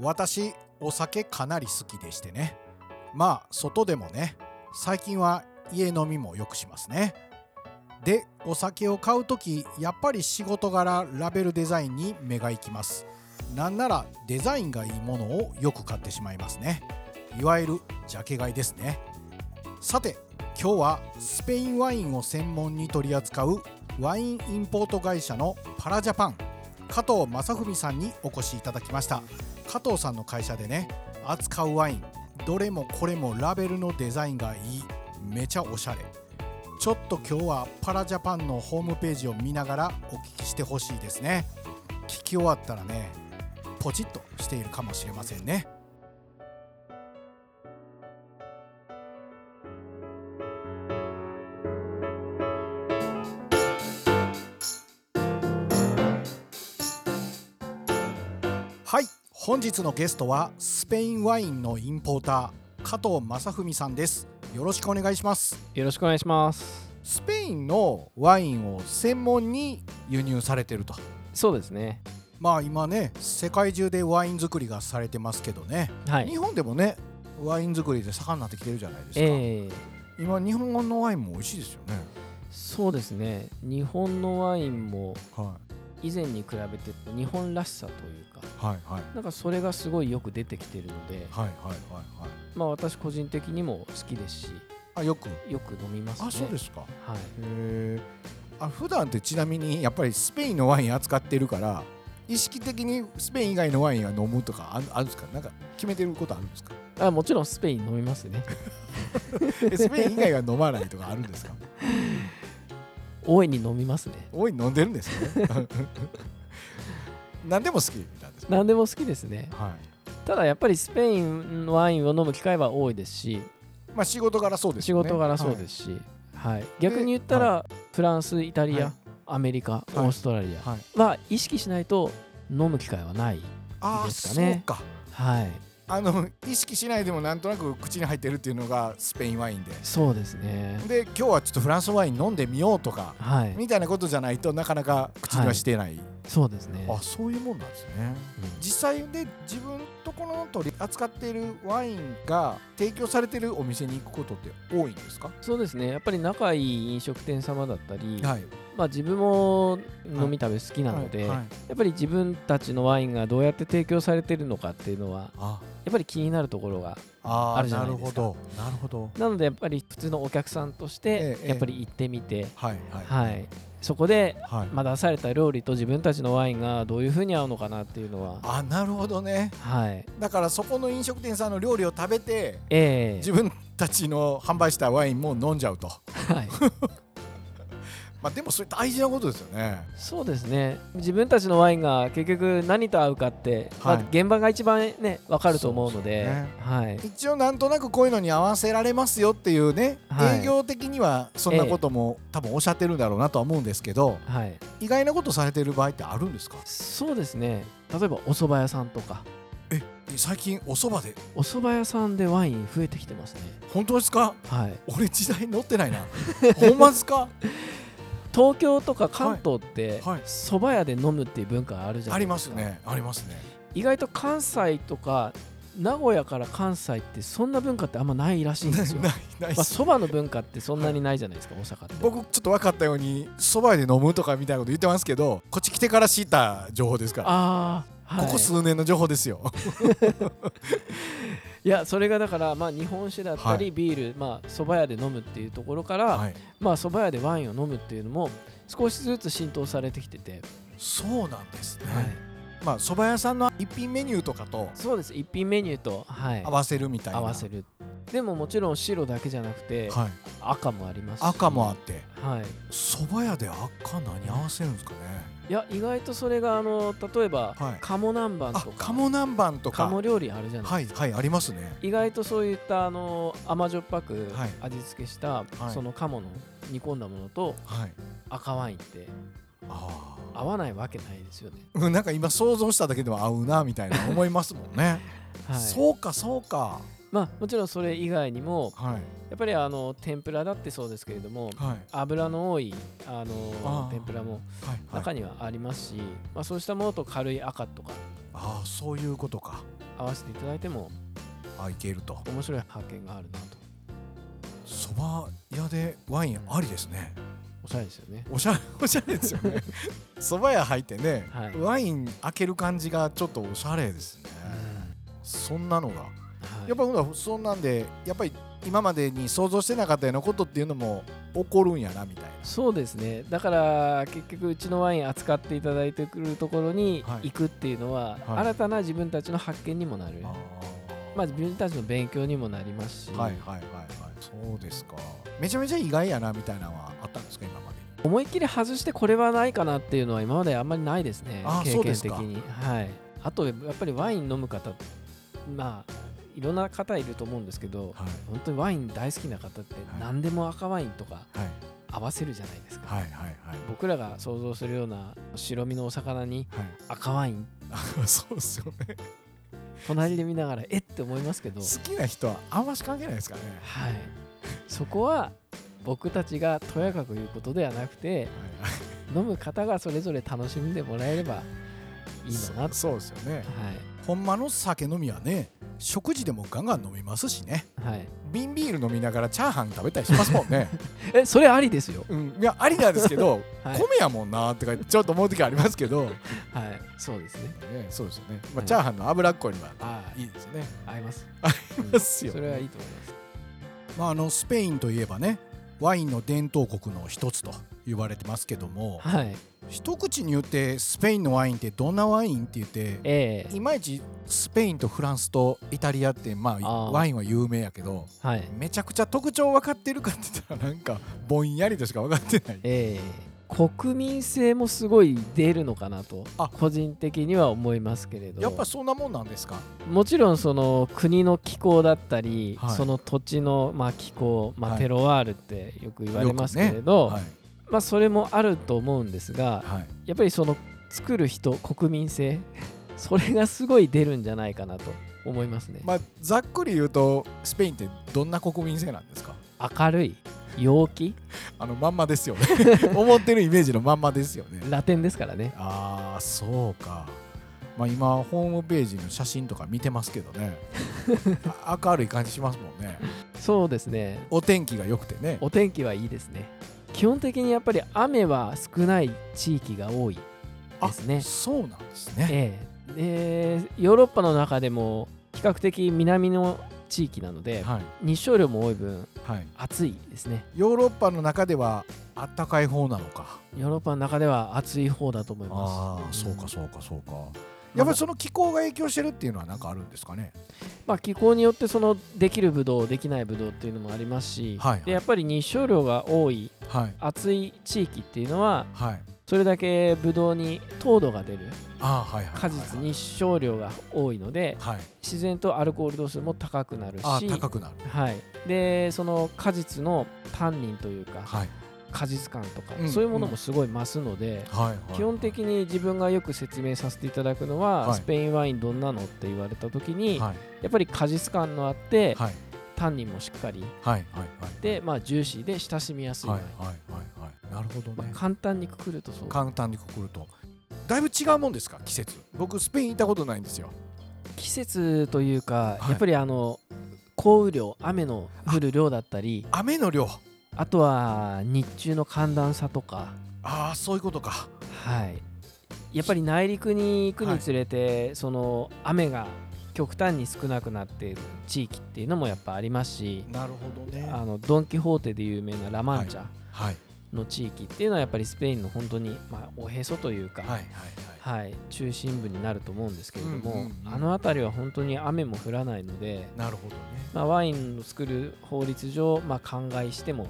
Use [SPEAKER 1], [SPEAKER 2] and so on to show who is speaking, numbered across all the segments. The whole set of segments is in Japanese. [SPEAKER 1] 私お酒かなり好きでしてねまあ外でもね最近は家飲みもよくしますねでお酒を買う時やっぱり仕事柄ラベルデザインに目が行きますなんならデザインがいいものをよく買ってしまいますねいわゆるジャケ買いですねさて今日はスペインワインを専門に取り扱うワインインポート会社のパラジャパン加藤正文さんにお越しいただきました加藤さんの会社でね扱うワインどれもこれもラベルのデザインがいいめちゃおしゃれちょっと今日はパラジャパンのホームページを見ながらお聞きしてほしいですね聞き終わったらねポチッとしているかもしれませんねはい本日のゲストはスペインワインのインポーター加藤正文さんですよろしくお願いします
[SPEAKER 2] よろしくお願いします
[SPEAKER 1] スペインのワインを専門に輸入されてると
[SPEAKER 2] そうですね
[SPEAKER 1] まあ今ね世界中でワイン作りがされてますけどね、
[SPEAKER 2] は
[SPEAKER 1] 日
[SPEAKER 2] い
[SPEAKER 1] 本でもねワイン作りで盛んになってきてるじゃないですか、
[SPEAKER 2] ええ
[SPEAKER 1] 今日本のワインも美味しいですよね
[SPEAKER 2] そうですね日本のワインも
[SPEAKER 1] は
[SPEAKER 2] 以前に比べて日本らしさというか
[SPEAKER 1] いはいはい
[SPEAKER 2] なんかそれがすごいよく出てきてるので
[SPEAKER 1] はいはいはいはい
[SPEAKER 2] まあ私個人的にも好きですし
[SPEAKER 1] あよく
[SPEAKER 2] よく飲みますね
[SPEAKER 1] あそうですすか
[SPEAKER 2] はい
[SPEAKER 1] へえあ普段ってちなみにやっぱりスペインのワイン扱ってるから意識的にスペイン以外のワインは飲むとかああるんですかなんか決めてることあるんですか
[SPEAKER 2] あもちろんスペイン飲みます ね
[SPEAKER 1] えスペイン以外は飲まないとかあるんですか
[SPEAKER 2] 大いに飲みますね
[SPEAKER 1] 大いに飲んでるんですね 何でも好きなんですね
[SPEAKER 2] 何でも好きですね
[SPEAKER 1] はい
[SPEAKER 2] ただやっぱりスペインのワインを飲む機会は多いですし
[SPEAKER 1] まあ仕事柄そうです
[SPEAKER 2] 仕
[SPEAKER 1] よね
[SPEAKER 2] 事柄そうですし、はい逆に言ったら、フランスイタリア、
[SPEAKER 1] はい
[SPEAKER 2] アメリカ、オーストラリ
[SPEAKER 1] はい、はい
[SPEAKER 2] アは意識しないと飲む機会はない
[SPEAKER 1] ああ
[SPEAKER 2] ですか
[SPEAKER 1] そう
[SPEAKER 2] ね
[SPEAKER 1] か
[SPEAKER 2] はい
[SPEAKER 1] あの意識しないでもなんとなく口に入ってるっていうのがスペインワインで
[SPEAKER 2] そうですね
[SPEAKER 1] で今日はちょっとフランスワイン飲んでみようとか
[SPEAKER 2] はい
[SPEAKER 1] みたいなことじゃないとなかなか口にはしてない、
[SPEAKER 2] そうですね
[SPEAKER 1] あそういうもんなんですね
[SPEAKER 2] うん
[SPEAKER 1] 実際で自分とこの取り扱っているワインが提供されてるお店に行くことって多いんですか
[SPEAKER 2] そうですねやっぱり仲いい飲食店様だったり、
[SPEAKER 1] い
[SPEAKER 2] まあ、自分も飲み食べ好きなので、
[SPEAKER 1] はいはい
[SPEAKER 2] やっぱり自分たちのワインがどうやって提供されてるのかっていうのは
[SPEAKER 1] あ
[SPEAKER 2] やっぱり気になるところが
[SPEAKER 1] あー
[SPEAKER 2] あるじゃないですか
[SPEAKER 1] なるほどなるほど
[SPEAKER 2] なのでやっぱり普通のお客さんとし
[SPEAKER 1] え
[SPEAKER 2] て
[SPEAKER 1] えええ
[SPEAKER 2] やっぱり行ってみて、
[SPEAKER 1] はいはい
[SPEAKER 2] はい、そこで、
[SPEAKER 1] はい
[SPEAKER 2] まあ、出された料理と自分たちのワインがどういう風に合うのかなっていうのは、
[SPEAKER 1] あなるほどね
[SPEAKER 2] はい、
[SPEAKER 1] だからそこの飲食店さんの料理を食べて
[SPEAKER 2] ええ
[SPEAKER 1] 自分たちの販売したワインも飲んじゃうと、
[SPEAKER 2] はい、
[SPEAKER 1] まあ、でもそれ大事なことですよね
[SPEAKER 2] そうですね自分たちのワインが結局何と合うかって、
[SPEAKER 1] はい
[SPEAKER 2] まあ、現場が一番ね分かると思うので
[SPEAKER 1] そうですね
[SPEAKER 2] はい、
[SPEAKER 1] 一応なんとなくこういうのに合わせられますよっていうね、
[SPEAKER 2] はい
[SPEAKER 1] 営業的にはそんなことも多分おっしゃってるんだろうなとは思うんですけど
[SPEAKER 2] はい、
[SPEAKER 1] 意外なことされてる場合ってあるんですか
[SPEAKER 2] そうですね例えばお蕎麦屋さんとか
[SPEAKER 1] 最近おそばで
[SPEAKER 2] お蕎麦屋さんでワイン増えてきてますね
[SPEAKER 1] 本当ですか
[SPEAKER 2] はい
[SPEAKER 1] 俺時代乗ってない なほんまですか
[SPEAKER 2] 東京とか関東って
[SPEAKER 1] はいはい
[SPEAKER 2] 蕎麦屋で飲むっていう文化あるじゃ
[SPEAKER 1] あ
[SPEAKER 2] ない
[SPEAKER 1] り
[SPEAKER 2] で
[SPEAKER 1] ますす
[SPEAKER 2] か
[SPEAKER 1] ねありますね。
[SPEAKER 2] 意外と関西とか名古屋から関西ってそんな文化ってあんま ないらしいんですよ
[SPEAKER 1] ないないっ
[SPEAKER 2] ますそばの文化ってそんなにないじゃないですか、大阪って。
[SPEAKER 1] 僕ちょっと分かったようにそばで飲むとかみたいなこと言ってますけどこっち来てから知った情報ですから、
[SPEAKER 2] ああ、はい、
[SPEAKER 1] ここ数年の情報ですよ
[SPEAKER 2] いやそれがだから、まあ、日本酒だった
[SPEAKER 1] は
[SPEAKER 2] りビール、まあそば屋で飲むっていうところから、
[SPEAKER 1] はい
[SPEAKER 2] まあそば屋でワインを飲むっていうのも少しずつ浸透されてきてて、
[SPEAKER 1] そうなんですね、まあそば屋さんの一品メニューとかと
[SPEAKER 2] そうです一品メニューと、はい、
[SPEAKER 1] 合わせるみたいな
[SPEAKER 2] 合わせるでももちろん白だけじゃなくて、
[SPEAKER 1] はい、
[SPEAKER 2] 赤もありますし
[SPEAKER 1] 赤もあって
[SPEAKER 2] はい、
[SPEAKER 1] そば屋で赤何合わせるんですかね
[SPEAKER 2] いや意外とそれがあの例えば、
[SPEAKER 1] はい
[SPEAKER 2] 鴨南蛮
[SPEAKER 1] あ
[SPEAKER 2] とか
[SPEAKER 1] 鴨南蛮とか
[SPEAKER 2] 鴨料理あるじゃない、
[SPEAKER 1] はいはいありますね
[SPEAKER 2] 意外とそういったあの甘じょっぱく
[SPEAKER 1] はい
[SPEAKER 2] 味付けした、
[SPEAKER 1] はい
[SPEAKER 2] その鴨の煮込んだものと
[SPEAKER 1] はい
[SPEAKER 2] 赤ワインって
[SPEAKER 1] あ
[SPEAKER 2] 合わないわけないですよね、
[SPEAKER 1] あなんか今想像しただけでも合うなみたいな思いますもんね、
[SPEAKER 2] はい、
[SPEAKER 1] そうかそうか
[SPEAKER 2] まあもちろんそれ以外にも
[SPEAKER 1] はい
[SPEAKER 2] やっぱりあの天ぷらだってそうですけれども
[SPEAKER 1] はい
[SPEAKER 2] 油の多いあ
[SPEAKER 1] あ
[SPEAKER 2] の
[SPEAKER 1] ー
[SPEAKER 2] 天ぷらも
[SPEAKER 1] はいはい
[SPEAKER 2] 中にはありますし、まあ、そうしたものと軽い赤とか
[SPEAKER 1] あああそういうことか
[SPEAKER 2] 合わせていただいても
[SPEAKER 1] あいけると
[SPEAKER 2] 面白い発見があるなと
[SPEAKER 1] そば屋でワインありですね
[SPEAKER 2] おしゃれですよね
[SPEAKER 1] おしゃれ おしゃれですよね そば屋入ってね、
[SPEAKER 2] はい
[SPEAKER 1] ワイン開ける感じがちょっとおしゃれですね、そんなのが
[SPEAKER 2] はい
[SPEAKER 1] やっぱほらそんなんでやっぱり今までに想像してなかったようなことっていうのも起こるんやなみたいな
[SPEAKER 2] そうですねだから結局うちのワイン扱っていただいてくるところに
[SPEAKER 1] はい
[SPEAKER 2] 行くっていうのは、
[SPEAKER 1] はい
[SPEAKER 2] 新たな自分たちの発見にもなる、まあ、自分たちの勉強にもなりますし、
[SPEAKER 1] はいはいはいはいそうですかめちゃめちゃ意外やなみたいなのはあったんですか今までに
[SPEAKER 2] 思いっきり外してこれはないかなっていうのは今まであんまりないですね
[SPEAKER 1] あ
[SPEAKER 2] 経
[SPEAKER 1] そう
[SPEAKER 2] 験
[SPEAKER 1] です
[SPEAKER 2] 的
[SPEAKER 1] か
[SPEAKER 2] にはいあとやっぱりワイン飲む方まあいろんな方いると思うんですけど
[SPEAKER 1] はい
[SPEAKER 2] 本当にワイン大好きな方って
[SPEAKER 1] い
[SPEAKER 2] 何でも赤ワインとか
[SPEAKER 1] はい
[SPEAKER 2] 合わせるじゃないですか、
[SPEAKER 1] はいはいはい
[SPEAKER 2] 僕らが想像するような白身のお魚に赤ワイン
[SPEAKER 1] はい そうですよね
[SPEAKER 2] 隣で見ながらえって思いますけど
[SPEAKER 1] 好きな人はあんまし関係ないですからね
[SPEAKER 2] はいそこは僕たちがとやかく言うことではなくて
[SPEAKER 1] はいはい
[SPEAKER 2] 飲む方がそれぞれ楽しんでもらえればいいのな
[SPEAKER 1] そそうですよね
[SPEAKER 2] は
[SPEAKER 1] ほんまの酒飲みはね食事でもガンガン飲みますしね
[SPEAKER 2] い、はい、
[SPEAKER 1] 瓶ビール飲みながらチャーハン食べたりしますもん ね、
[SPEAKER 2] えそれありですよ、
[SPEAKER 1] うん、いやありなんですけど、
[SPEAKER 2] はい
[SPEAKER 1] 米やもんなーってかちょっと思う時ありますけど、ね、
[SPEAKER 2] はい、そうですね
[SPEAKER 1] そうですよね、まあ
[SPEAKER 2] はい
[SPEAKER 1] チャーハンの脂っこいのは
[SPEAKER 2] あ
[SPEAKER 1] いいですね
[SPEAKER 2] あ合います
[SPEAKER 1] ですよ
[SPEAKER 2] それはいいと思います
[SPEAKER 1] まあ、あのスペインといえばねワインの伝統国の一つと言われてますけども
[SPEAKER 2] はい
[SPEAKER 1] 一口に言ってスペインのワインってどんなワインって言って
[SPEAKER 2] ええ
[SPEAKER 1] いまいちスペインとフランスとイタリアってまあ
[SPEAKER 2] あー
[SPEAKER 1] ワインは有名やけど
[SPEAKER 2] はい
[SPEAKER 1] めちゃくちゃ特徴分かってるかって言ったらなんかぼんやりとしか分かってない
[SPEAKER 2] ええ国民性もすごい出るのかなと
[SPEAKER 1] あ
[SPEAKER 2] 個人的には思いますけれど
[SPEAKER 1] やっぱそんなもんなんですか
[SPEAKER 2] もちろんその国の気候だったり、
[SPEAKER 1] はい
[SPEAKER 2] その土地のまあ気候、ま
[SPEAKER 1] は
[SPEAKER 2] あ、
[SPEAKER 1] い
[SPEAKER 2] テロワールってよく言われますけれど、
[SPEAKER 1] はい
[SPEAKER 2] まあ、それもあると思うんですが
[SPEAKER 1] はい
[SPEAKER 2] やっぱりその作る人国民性 それがすごい出るんじゃないかなと思いますね、
[SPEAKER 1] まあざっくり言うとスペインってどんな国民性なんですか
[SPEAKER 2] 明るい陽気
[SPEAKER 1] あのまんまですよ ね思ってるイメージのまんまですよね
[SPEAKER 2] ラテンですからね
[SPEAKER 1] ああそうか、まあ、今ホームページの写真とか見てますけど ねあ明るい感じしますもんね
[SPEAKER 2] そうですね
[SPEAKER 1] お天気が良くてね
[SPEAKER 2] お天気はいいですね基本的にやっぱり雨は少ない地域が 多いですね
[SPEAKER 1] あそうなんですね
[SPEAKER 2] ええでヨーロッパの中でも比較的南の地域なので、
[SPEAKER 1] はい、
[SPEAKER 2] 日照量も多い分
[SPEAKER 1] はい、
[SPEAKER 2] 暑いですね
[SPEAKER 1] ヨーロッパの中ではあったかい方なのか
[SPEAKER 2] ヨーロッパの中では暑い方だと思います
[SPEAKER 1] ー
[SPEAKER 2] ん
[SPEAKER 1] そうかそうかやっぱりその気候が影響してるっていうのは何かあるんですかね
[SPEAKER 2] まあ、気候によってそのできるブドウできないブドウっていうのもありますし、
[SPEAKER 1] はいはい
[SPEAKER 2] でやっぱり日照量が多い
[SPEAKER 1] はい
[SPEAKER 2] 暑い地域っていうのは
[SPEAKER 1] はい
[SPEAKER 2] それだけブドウに糖度が出る
[SPEAKER 1] あーはいはい
[SPEAKER 2] 果実日照量が多いので
[SPEAKER 1] はい
[SPEAKER 2] 自然とアルコール度数も高くなるし
[SPEAKER 1] あー高くなる
[SPEAKER 2] はい、でその果実のタンニンというか、
[SPEAKER 1] はい
[SPEAKER 2] 果実感とか、
[SPEAKER 1] うん
[SPEAKER 2] そういうものもすごい増すので、
[SPEAKER 1] はいはい
[SPEAKER 2] 基本的に自分がよく説明させていただくのは、
[SPEAKER 1] はい
[SPEAKER 2] スペインワインどんなのって言われた時に、
[SPEAKER 1] はい
[SPEAKER 2] やっぱり果実感のあって、
[SPEAKER 1] はい
[SPEAKER 2] タンニンもしっかり
[SPEAKER 1] はいはいはい
[SPEAKER 2] で、まあ、ジューシーで親しみやすいワイン、
[SPEAKER 1] はいはいなるほど
[SPEAKER 2] まあ、簡単にくくるとそう
[SPEAKER 1] 簡単にくくるとだいぶ違うもんですか季節僕スペイン行ったことないんですよ
[SPEAKER 2] 季節というか、
[SPEAKER 1] はい
[SPEAKER 2] やっぱりあの降雨量雨の降る量だったり
[SPEAKER 1] 雨の量
[SPEAKER 2] あとは日中の寒暖差とか
[SPEAKER 1] ああそういうことか
[SPEAKER 2] はい、やっぱり内陸に行くにつれて、その雨が極端に少なくなっている地域っていうのもやっぱありますし、
[SPEAKER 1] なるほどね
[SPEAKER 2] あのドン・キホーテで有名なラ・マンチャ
[SPEAKER 1] はい
[SPEAKER 2] の地域っていうのはやっぱりスペインの本当に、まあ、おへそというか、
[SPEAKER 1] はいはい
[SPEAKER 2] はい中心部になると思うんですけれども、
[SPEAKER 1] うんうんうん
[SPEAKER 2] あの辺りは本当に雨も降らないので、
[SPEAKER 1] なるほどね
[SPEAKER 2] まあ、ワインを作る法律上、まあ、灌漑しても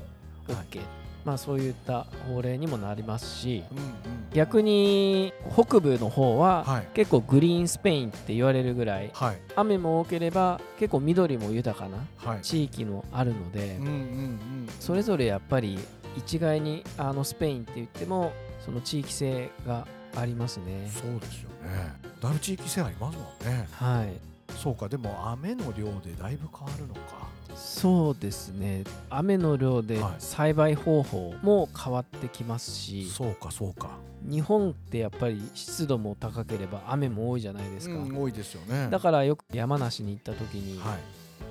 [SPEAKER 2] OK、
[SPEAKER 1] はい
[SPEAKER 2] まあ、そういった法令にもなりますし。
[SPEAKER 1] うんうん
[SPEAKER 2] 逆に北部の方は、
[SPEAKER 1] はい
[SPEAKER 2] 結構グリーンスペインって言われるぐらい
[SPEAKER 1] はい
[SPEAKER 2] 雨も多ければ結構緑も豊かな
[SPEAKER 1] はい
[SPEAKER 2] 地域もあるので、
[SPEAKER 1] うんうんうん
[SPEAKER 2] それぞれやっぱり一概にあのスペインって言ってもその地域性がありますね。
[SPEAKER 1] そうですよねだいぶ地域性ありますもんね
[SPEAKER 2] はい、
[SPEAKER 1] そうかでも雨の量でだいぶ変わるのか
[SPEAKER 2] そうですね雨の量で
[SPEAKER 1] はい
[SPEAKER 2] 栽培方法も変わってきますし、
[SPEAKER 1] そうかそうか
[SPEAKER 2] 日本ってやっぱり湿度も高ければ雨も多いじゃないですか、
[SPEAKER 1] うん多いですよね
[SPEAKER 2] だからよく山梨に行った時に
[SPEAKER 1] はい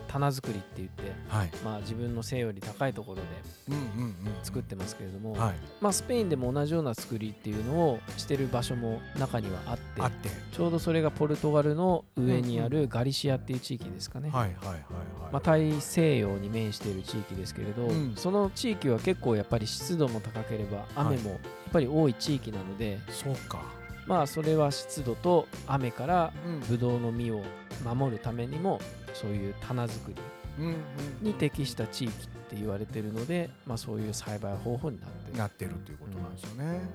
[SPEAKER 2] 棚作りって言って、
[SPEAKER 1] はい
[SPEAKER 2] まあ、自分の背より高いところで
[SPEAKER 1] うんうんうん
[SPEAKER 2] 作ってますけれども、
[SPEAKER 1] はい
[SPEAKER 2] まあ、スペインでも同じような作りっていうのをしてる場所も中にはあって
[SPEAKER 1] あって
[SPEAKER 2] ちょうどそれがポルトガルの上にあるガリシアっていう地域ですかね、
[SPEAKER 1] はいはいはいはい
[SPEAKER 2] まあ、大西洋に面している地域ですけれど、
[SPEAKER 1] うん
[SPEAKER 2] その地域は結構やっぱり湿度も高ければ雨もやっぱり多い地域なので、
[SPEAKER 1] そうか
[SPEAKER 2] まあそれは湿度と雨から
[SPEAKER 1] うん
[SPEAKER 2] ブドウの実を守るためにもそういう棚作り
[SPEAKER 1] うんうん
[SPEAKER 2] に適した地域って言われてるので、まあ、そういう栽培方法になってる
[SPEAKER 1] なってるということなんですよね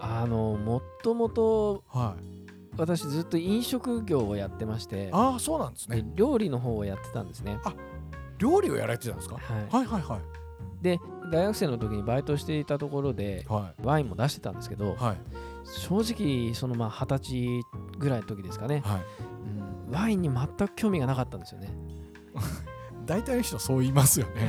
[SPEAKER 2] あのもともと
[SPEAKER 1] はい
[SPEAKER 2] 私ずっと飲食業をやってまして
[SPEAKER 1] ああそうなんです
[SPEAKER 2] で
[SPEAKER 1] ね
[SPEAKER 2] 料理の方をやってたんですね、
[SPEAKER 1] 料理をやられてたんですか
[SPEAKER 2] はい
[SPEAKER 1] はいはいはい
[SPEAKER 2] で大学生の時にバイトしていたところで
[SPEAKER 1] は
[SPEAKER 2] ワインも出してたんですけど、
[SPEAKER 1] いはい
[SPEAKER 2] 正直そのまあ二十歳ぐらいの時ですかね、
[SPEAKER 1] はい
[SPEAKER 2] うん、ワインに全く興味がなかったんですよね
[SPEAKER 1] 大体の人そう言いますよね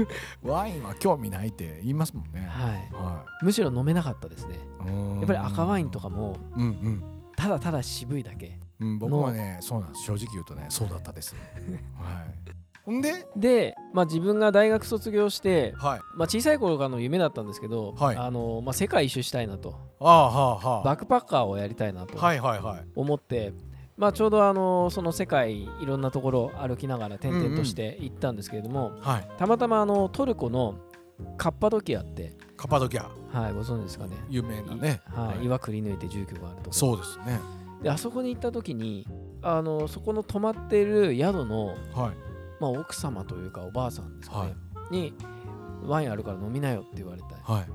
[SPEAKER 1] ワインは興味ないって言いますもんね
[SPEAKER 2] はい
[SPEAKER 1] は
[SPEAKER 2] むしろ飲めなかったですね
[SPEAKER 1] いや
[SPEAKER 2] やっぱり赤ワインと
[SPEAKER 1] か
[SPEAKER 2] かも
[SPEAKER 1] うんうん
[SPEAKER 2] ただただ渋いだけ
[SPEAKER 1] うん僕はねそうなんです正直言うとねそうだったです はいほんで
[SPEAKER 2] で、まあ、自分が大学卒業して、
[SPEAKER 1] はい
[SPEAKER 2] まあ、小さい頃からの夢だったんですけど、
[SPEAKER 1] はい
[SPEAKER 2] あのまあ、世界一周したいなと
[SPEAKER 1] ああはあは
[SPEAKER 2] バックパッカーをやりたいなと
[SPEAKER 1] あはいはいはい
[SPEAKER 2] 思って、まあ、ちょうどあのその世界いろんなところを歩きながら転々として行ったんですけれども、
[SPEAKER 1] はい
[SPEAKER 2] たまたまあのトルコのカッパドキアって、
[SPEAKER 1] カパドキア
[SPEAKER 2] はい、ご存知ですかね
[SPEAKER 1] 有名なね
[SPEAKER 2] いはい
[SPEAKER 1] はい
[SPEAKER 2] 岩くり抜いて住居があるところ
[SPEAKER 1] そうですね
[SPEAKER 2] であそこに行った時にあのそこの泊まってる宿の、
[SPEAKER 1] はい
[SPEAKER 2] まあ、奥様というかおばあさんですかね、
[SPEAKER 1] はい
[SPEAKER 2] にワインあるから飲みなよって言われた
[SPEAKER 1] はい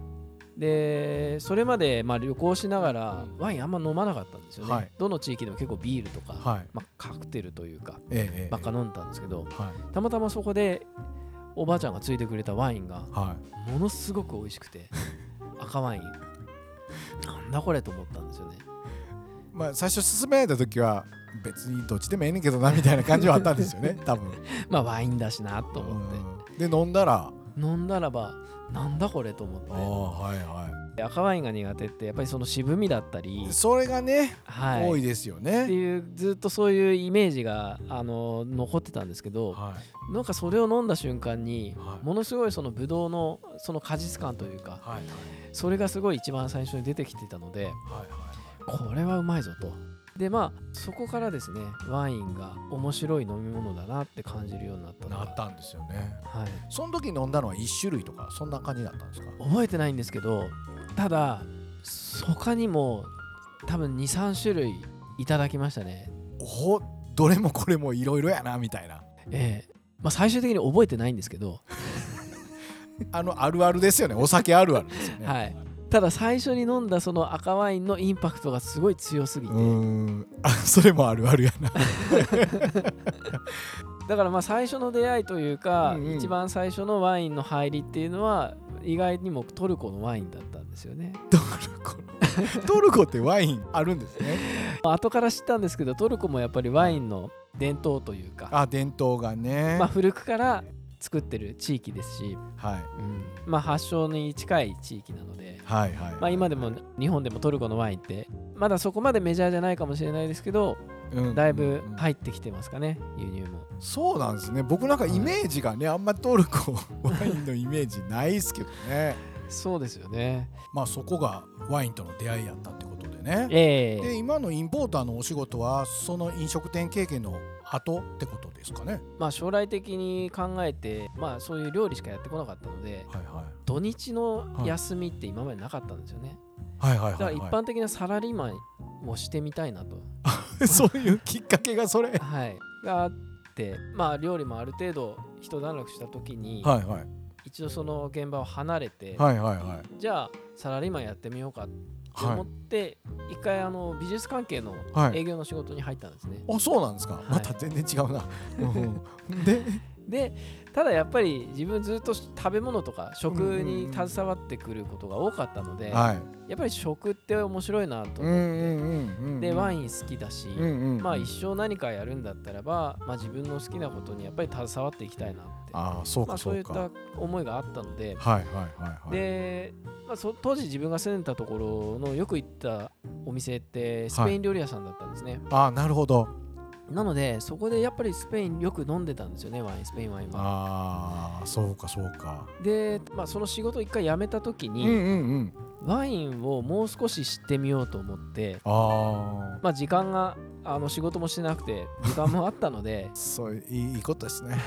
[SPEAKER 2] でそれまでまあ旅行しながらワインあんま飲まなかったんですよね、
[SPEAKER 1] はい
[SPEAKER 2] どの地域でも結構ビールとか、
[SPEAKER 1] はい
[SPEAKER 2] まあ、カクテルというか
[SPEAKER 1] ええええ
[SPEAKER 2] ばっか飲んだんですけど
[SPEAKER 1] はい
[SPEAKER 2] たまたまそこでおばあちゃんがついてくれたワインが
[SPEAKER 1] は
[SPEAKER 2] ものすごく美味しく て赤ワインなんだこれと思ったんですよね
[SPEAKER 1] いまあ最初勧められた時は別にどっちでもええねんけどなみたいな感じはあったんですよね多 分
[SPEAKER 2] まあワインだしなと思って
[SPEAKER 1] うんで飲んだら
[SPEAKER 2] 飲んだらばなんだこれと思
[SPEAKER 1] あ
[SPEAKER 2] っ
[SPEAKER 1] あはいは
[SPEAKER 2] て赤ワインが苦手ってやっぱりその渋みだったり
[SPEAKER 1] い、それがね
[SPEAKER 2] はい、
[SPEAKER 1] 多いですよ
[SPEAKER 2] って
[SPEAKER 1] ね
[SPEAKER 2] いうずっとそういうイメージがあの残ってたんですけど
[SPEAKER 1] は
[SPEAKER 2] なんかそれを飲んだ瞬間に
[SPEAKER 1] はい
[SPEAKER 2] ものすごいそのブドウのその果実感というか
[SPEAKER 1] いはい
[SPEAKER 2] それがすごい一番最初に出てきてたので
[SPEAKER 1] はい
[SPEAKER 2] これはうまいぞと。でまあそこからですねワインが面白い飲み物だなって感じるようになったの
[SPEAKER 1] な
[SPEAKER 2] が
[SPEAKER 1] ったんですよね
[SPEAKER 2] はい、
[SPEAKER 1] その時飲んだのは1種類とかそんな感じだったんですか
[SPEAKER 2] 覚えてないんですけどただ他にも多分23種類いただきましたね
[SPEAKER 1] おおどれもこれもいろいろやなみたいな
[SPEAKER 2] ええまあ最終的に覚えてないんですけど
[SPEAKER 1] あのあるあるですよねお酒あるあるですよね
[SPEAKER 2] はいただ最初に飲んだその赤ワインのインパクトがすごい強すぎて
[SPEAKER 1] うーんあそれもあるあるやな
[SPEAKER 2] だからまあ最初の出会いというか、
[SPEAKER 1] うんうん
[SPEAKER 2] 一番最初のワインの入りっていうのは意外にもトルコのワインだったんですよね
[SPEAKER 1] トルコトルコってワインあるんですね
[SPEAKER 2] まあ後から知ったんですけどトルコもやっぱりワインの伝統というか
[SPEAKER 1] あ伝統がね、
[SPEAKER 2] まあ、古くから作ってる地域ですし
[SPEAKER 1] はい
[SPEAKER 2] まあ、発祥に近い地域なので、
[SPEAKER 1] はいはい、
[SPEAKER 2] まあ、今でも日本でもトルコのワインってまだそこまでメジャーじゃないかもしれないですけど
[SPEAKER 1] うん
[SPEAKER 2] だいぶ
[SPEAKER 1] うん
[SPEAKER 2] 入ってきてますかね輸入も
[SPEAKER 1] そうなんですね僕なんかイメージがね、あんまトルコワインのイメージないですけどね
[SPEAKER 2] そうですよね
[SPEAKER 1] まあそこがワインとの出会いやったってことでね
[SPEAKER 2] ええ
[SPEAKER 1] で今のインポーターのお仕事はその飲食店経験の後ってことですかね
[SPEAKER 2] まあ将来的に考えてまあそういう料理しかやってこなかったので
[SPEAKER 1] はいは
[SPEAKER 2] 土日の休みって今までなかったんですよね
[SPEAKER 1] いはいはい
[SPEAKER 2] だか
[SPEAKER 1] は
[SPEAKER 2] ら
[SPEAKER 1] い、
[SPEAKER 2] 一
[SPEAKER 1] は
[SPEAKER 2] 般的なサラリーマンをしてみたいなと
[SPEAKER 1] い、そういうきっかけがそれはい
[SPEAKER 2] はいがあってまあ料理もある程度一段落した時に
[SPEAKER 1] はいは
[SPEAKER 2] 一度その現場を離れて
[SPEAKER 1] いはいは
[SPEAKER 2] じゃあサラリーマンやってみようかって
[SPEAKER 1] いは
[SPEAKER 2] 思って、一回あの美術関係
[SPEAKER 1] い
[SPEAKER 2] の
[SPEAKER 1] はい
[SPEAKER 2] 営業の仕事に入ったんですね、
[SPEAKER 1] あそうなんですか、
[SPEAKER 2] い
[SPEAKER 1] また全然違 うなうんで
[SPEAKER 2] でただやっぱり自分ずっと食べ物とか食に携わってくることが多かったので、
[SPEAKER 1] はい
[SPEAKER 2] やっぱり食って面白いなと
[SPEAKER 1] うん
[SPEAKER 2] 思って、
[SPEAKER 1] うんうん
[SPEAKER 2] でワ
[SPEAKER 1] ン
[SPEAKER 2] イン好きだし、
[SPEAKER 1] うんうん
[SPEAKER 2] まあ一生何かやるんだったらば、まあ、自分の好きなことにやっぱり携わっていきたいなって
[SPEAKER 1] ああそう
[SPEAKER 2] まあ、
[SPEAKER 1] か
[SPEAKER 2] そ
[SPEAKER 1] そう
[SPEAKER 2] いうっ
[SPEAKER 1] か、
[SPEAKER 2] た思いがあったので、
[SPEAKER 1] はいはいはいはい
[SPEAKER 2] で、まあ、そ当時自分が住んでたところのよく行ったお店ってスペイン料理屋さんだったんですね、
[SPEAKER 1] ああなるほど
[SPEAKER 2] なのでそこでやっぱりスペインよく飲んでたんですよねワインスペインワインは
[SPEAKER 1] ああそうかそうか
[SPEAKER 2] で、まあ、その仕事を一回辞めた時
[SPEAKER 1] うんう
[SPEAKER 2] に、
[SPEAKER 1] んうん
[SPEAKER 2] ワインをもう少し知ってみようと思って
[SPEAKER 1] ああ
[SPEAKER 2] まあ時間があの仕事もしてなくて時間もあった ので
[SPEAKER 1] そういいいいことですねはい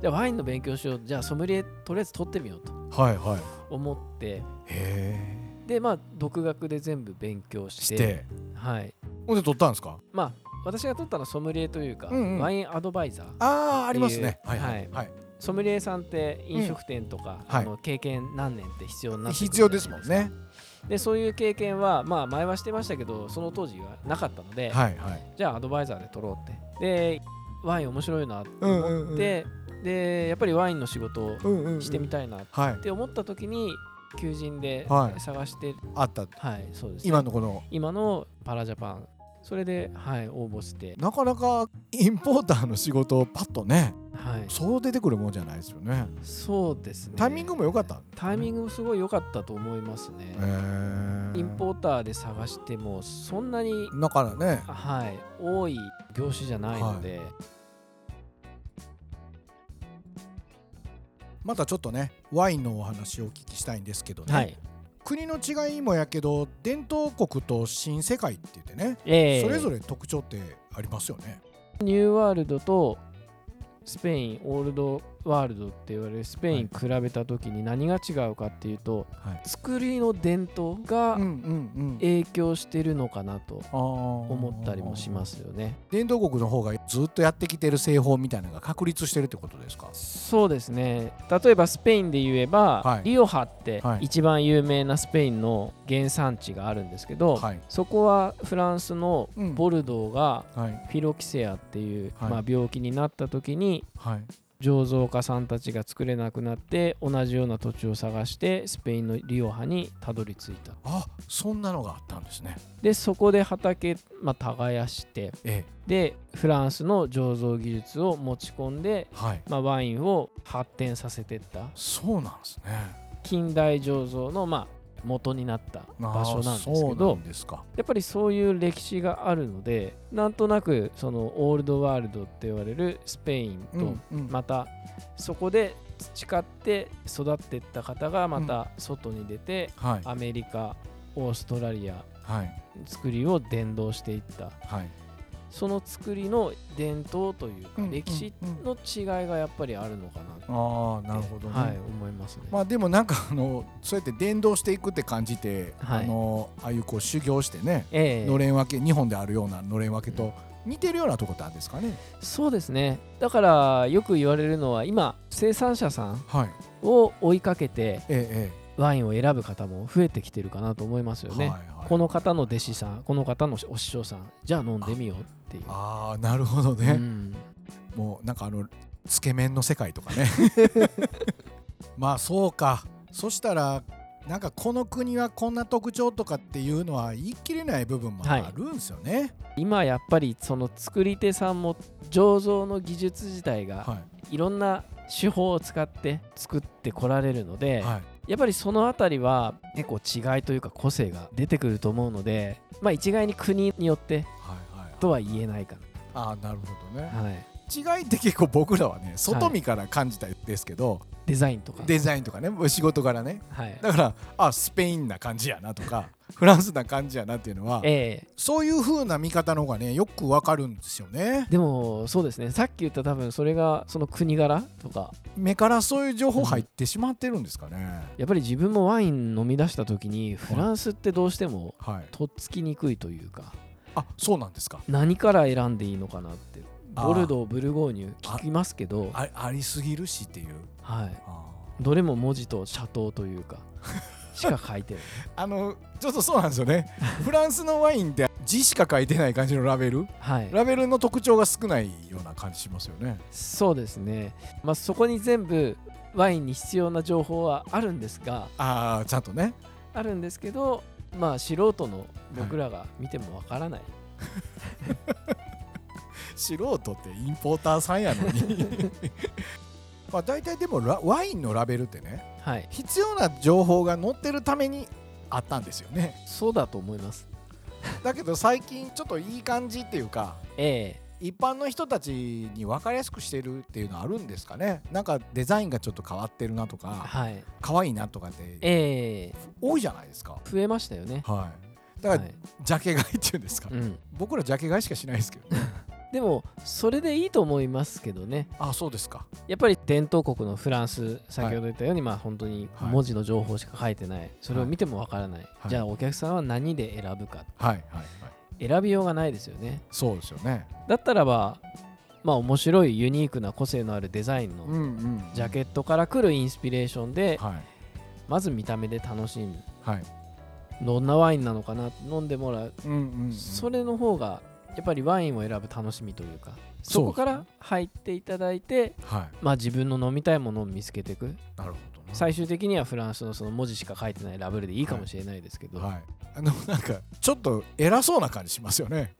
[SPEAKER 2] じゃあワインの勉強しようじゃあソムリエとりあえず取ってみようと
[SPEAKER 1] はいはいはい
[SPEAKER 2] 思って
[SPEAKER 1] へ
[SPEAKER 2] でまあ独学で全部勉強
[SPEAKER 1] え
[SPEAKER 2] して
[SPEAKER 1] して
[SPEAKER 2] はい
[SPEAKER 1] ほんで取ったんですか
[SPEAKER 2] まあ私が取ったのはソムリエというか、
[SPEAKER 1] うんうん
[SPEAKER 2] ワインアドバイザー
[SPEAKER 1] あああります
[SPEAKER 2] っ
[SPEAKER 1] ね
[SPEAKER 2] ていう
[SPEAKER 1] はいはいはい
[SPEAKER 2] ソムリエさんって飲食店とか、
[SPEAKER 1] うんはい
[SPEAKER 2] あの経験何年って必要になってくる
[SPEAKER 1] 必要ですもん
[SPEAKER 2] じゃない
[SPEAKER 1] ね
[SPEAKER 2] ですかでそういう経験はまあ前はしてましたけどその当時はなかったので、
[SPEAKER 1] はいはい
[SPEAKER 2] じゃあアドバイザーで取ろうってでワイン面白いなって
[SPEAKER 1] うんうんうん
[SPEAKER 2] ででやっぱりワインの仕事を
[SPEAKER 1] うんうんうん
[SPEAKER 2] してみたいなっ
[SPEAKER 1] はい
[SPEAKER 2] て思った時に求人で
[SPEAKER 1] はい
[SPEAKER 2] 探して
[SPEAKER 1] あった
[SPEAKER 2] はい、そうですね、
[SPEAKER 1] 今のこの
[SPEAKER 2] 今のパラジャパンそれではい応募して
[SPEAKER 1] なかなかインポーターの仕事をパッとね
[SPEAKER 2] はい
[SPEAKER 1] そう出てくるもんじゃないですよね
[SPEAKER 2] そうですね
[SPEAKER 1] タイミングも良かった
[SPEAKER 2] タイミン
[SPEAKER 1] グ
[SPEAKER 2] グもすごい良かったと思いますね、インポーターで探してもそんなに、
[SPEAKER 1] だからね
[SPEAKER 2] はい、多い業種じゃないので、
[SPEAKER 1] またちょっとねワインのお話をお聞きしたいんですけどね、
[SPEAKER 2] はい
[SPEAKER 1] 国の違いもやけど伝統国と新世界って言ってね、
[SPEAKER 2] えー
[SPEAKER 1] それぞれ特徴ってありますよね
[SPEAKER 2] ニューワールドとスペインオールドワールドって言われるスペイン比べた時に何が違うかっていうと、
[SPEAKER 1] はい
[SPEAKER 2] 作りの伝統が
[SPEAKER 1] んうん
[SPEAKER 2] 影響してるのかなと思
[SPEAKER 1] 思
[SPEAKER 2] ったりもしますすよね。
[SPEAKER 1] 伝統国の方がずっとやってきてる製法みたいなのが確立してるってことですか
[SPEAKER 2] そうですね例えばスペインで言えば、
[SPEAKER 1] はい
[SPEAKER 2] リオハって
[SPEAKER 1] はい
[SPEAKER 2] 一番有名なスペインの原産地があるんですけど、
[SPEAKER 1] はい
[SPEAKER 2] そこはフランスの
[SPEAKER 1] うん
[SPEAKER 2] ボルドーが
[SPEAKER 1] はい
[SPEAKER 2] フィロキセアっていう、
[SPEAKER 1] はい
[SPEAKER 2] まあ、病気になった時に
[SPEAKER 1] はい
[SPEAKER 2] 醸造家さんたちが作れなくなって同じような土地を探してスペインのリオハにたどり着いた
[SPEAKER 1] あそんなのがあったんですね
[SPEAKER 2] でそこで畑、まあ、耕して
[SPEAKER 1] え
[SPEAKER 2] でフランスの醸造技術を持ち込んで、
[SPEAKER 1] えはい
[SPEAKER 2] まあ、ワインを発展させてった
[SPEAKER 1] そうなんですね
[SPEAKER 2] 近代醸造のまあ元になった場所なんです
[SPEAKER 1] あーそ
[SPEAKER 2] け
[SPEAKER 1] うな
[SPEAKER 2] ど
[SPEAKER 1] んですか
[SPEAKER 2] やっぱりそういう歴史があるのでなんとなくそのオールドワールドって言われるスペインと、
[SPEAKER 1] うん
[SPEAKER 2] またそこで培って育っていった方がまた外に出て、
[SPEAKER 1] はい
[SPEAKER 2] アメリカオーストラリア
[SPEAKER 1] はい
[SPEAKER 2] 作りを伝道していった
[SPEAKER 1] はい
[SPEAKER 2] その作りの伝統というか、
[SPEAKER 1] うん
[SPEAKER 2] 歴史の違いがやっぱりあるのかなって
[SPEAKER 1] ああなるほどね、
[SPEAKER 2] はい、思いますね。
[SPEAKER 1] まあでもなんかあのそうやって伝道していくって感じて、
[SPEAKER 2] はい
[SPEAKER 1] あのああいうこう修行してね、
[SPEAKER 2] ええ
[SPEAKER 1] のれん分け日本であるようなのれん分けと似てるようなとこってあるんですかね。
[SPEAKER 2] そうですねだからよく言われるのは今生産者さん
[SPEAKER 1] はい。
[SPEAKER 2] を追いかけて
[SPEAKER 1] え
[SPEAKER 2] ワインを選ぶ方も増えてきてるかなと思います
[SPEAKER 1] ええ
[SPEAKER 2] よ
[SPEAKER 1] え。
[SPEAKER 2] ね、
[SPEAKER 1] はいはい
[SPEAKER 2] この方の弟子さんこの方のお師匠さんじゃあ飲んでみようっていう
[SPEAKER 1] ああなるほど
[SPEAKER 2] う
[SPEAKER 1] ね。
[SPEAKER 2] ん
[SPEAKER 1] もうなんかあのつけ麺の世界とか ね。まあそうか。そしたらなんかこの国はこんな特徴とかっていうのは言い切れない部分も
[SPEAKER 2] はい
[SPEAKER 1] あるんですよね。
[SPEAKER 2] 今やっぱりその作り手さんも醸造の技術自体が
[SPEAKER 1] はい
[SPEAKER 2] ろんな手法を使って作ってこられるので、
[SPEAKER 1] い。はい。
[SPEAKER 2] やっぱりその辺りは結構違いというか個性が出てくると思うのでまあ一概に国によって
[SPEAKER 1] はいはい。
[SPEAKER 2] とは言えないか
[SPEAKER 1] ああなるほどね。
[SPEAKER 2] な、はい、
[SPEAKER 1] 違いって結構僕らはね外見から感じたんですけど、
[SPEAKER 2] デザインとか
[SPEAKER 1] デザインとかね仕事柄ね
[SPEAKER 2] はい、
[SPEAKER 1] だからあスペインな感じやなとか フランスな感じやなっていうのは
[SPEAKER 2] ええ
[SPEAKER 1] そういう風な見方の方がねよくわかるんですよね
[SPEAKER 2] でもそうですねさっき言った多分それがその国柄とか
[SPEAKER 1] 目からそういう情報入ってしまってるんですかね、
[SPEAKER 2] やっぱり自分もワイン飲み出した時にフランスってどうしても
[SPEAKER 1] はい
[SPEAKER 2] とっつきにくいというか
[SPEAKER 1] あそうなんですか
[SPEAKER 2] 何から選んでいいのかなって
[SPEAKER 1] あー
[SPEAKER 2] ボルドーブルゴーニュ聞きますけど、
[SPEAKER 1] あありすぎるしっていう
[SPEAKER 2] はい、
[SPEAKER 1] あ
[SPEAKER 2] どれも文字とシャトーと いうかしか書いてない
[SPEAKER 1] あのちょっとそうなんですよねフランスのワインって字しか書いてない感じのラベル
[SPEAKER 2] はい
[SPEAKER 1] ラベルの特徴が少ないような感じしますよね
[SPEAKER 2] そうですね、まあ、そこに全部ワインに必要な情報はあるんですが
[SPEAKER 1] ああちゃんとね
[SPEAKER 2] あるんですけどまあ素人の僕らが見てもわからない、
[SPEAKER 1] 素人ってインポーターさんやのにまあ大体でもラワインのラベルってね
[SPEAKER 2] はい、
[SPEAKER 1] 必要な情報が載ってるためにあったんですよね
[SPEAKER 2] そうだと思います
[SPEAKER 1] だけど最近ちょっといい感じっていうか
[SPEAKER 2] え
[SPEAKER 1] 一般の人たちに分かりやすくしてるっていうのはあるんですかねなんかデザインがちょっと変わってるなと
[SPEAKER 2] え
[SPEAKER 1] か
[SPEAKER 2] はい
[SPEAKER 1] 可愛いなとかって
[SPEAKER 2] ええ
[SPEAKER 1] 多いじゃないですか
[SPEAKER 2] 増えましたよね
[SPEAKER 1] はいだから、
[SPEAKER 2] はい
[SPEAKER 1] ジャケ買いっていうんですか、
[SPEAKER 2] うん、
[SPEAKER 1] 僕らジャケ買いしかしないですけ ど、ね、
[SPEAKER 2] でもそれでいいと思いますけどね
[SPEAKER 1] あそうですか
[SPEAKER 2] やっぱり伝統国のフランス先ほど言ったように、まあ本当に文字の情報しか書いてない、それを見てもわからない、
[SPEAKER 1] い
[SPEAKER 2] じゃあお客さんは何で選ぶか
[SPEAKER 1] はいはいはい
[SPEAKER 2] 選びようがないですよね
[SPEAKER 1] そうですよね
[SPEAKER 2] だったらばまあ面白いユニークな個性のあるデザインの
[SPEAKER 1] んうん
[SPEAKER 2] ジャケットから来るインスピレーションで、
[SPEAKER 1] はい
[SPEAKER 2] まず見た目で楽しむ
[SPEAKER 1] はい
[SPEAKER 2] どんなワインなのかな飲んでもらう、
[SPEAKER 1] うんうんうん
[SPEAKER 2] それの方がやっぱりワインを選ぶ楽しみというかそ
[SPEAKER 1] そう
[SPEAKER 2] こから入っていただいて、
[SPEAKER 1] は
[SPEAKER 2] まあ、自分の飲みたいものを見つけていく
[SPEAKER 1] いなるほどね
[SPEAKER 2] 最終的にはフランスのその文字しか書いてないラベルでいいかもしれないですけど、
[SPEAKER 1] はいあのなんかちょっと偉そうな感じしますよ ね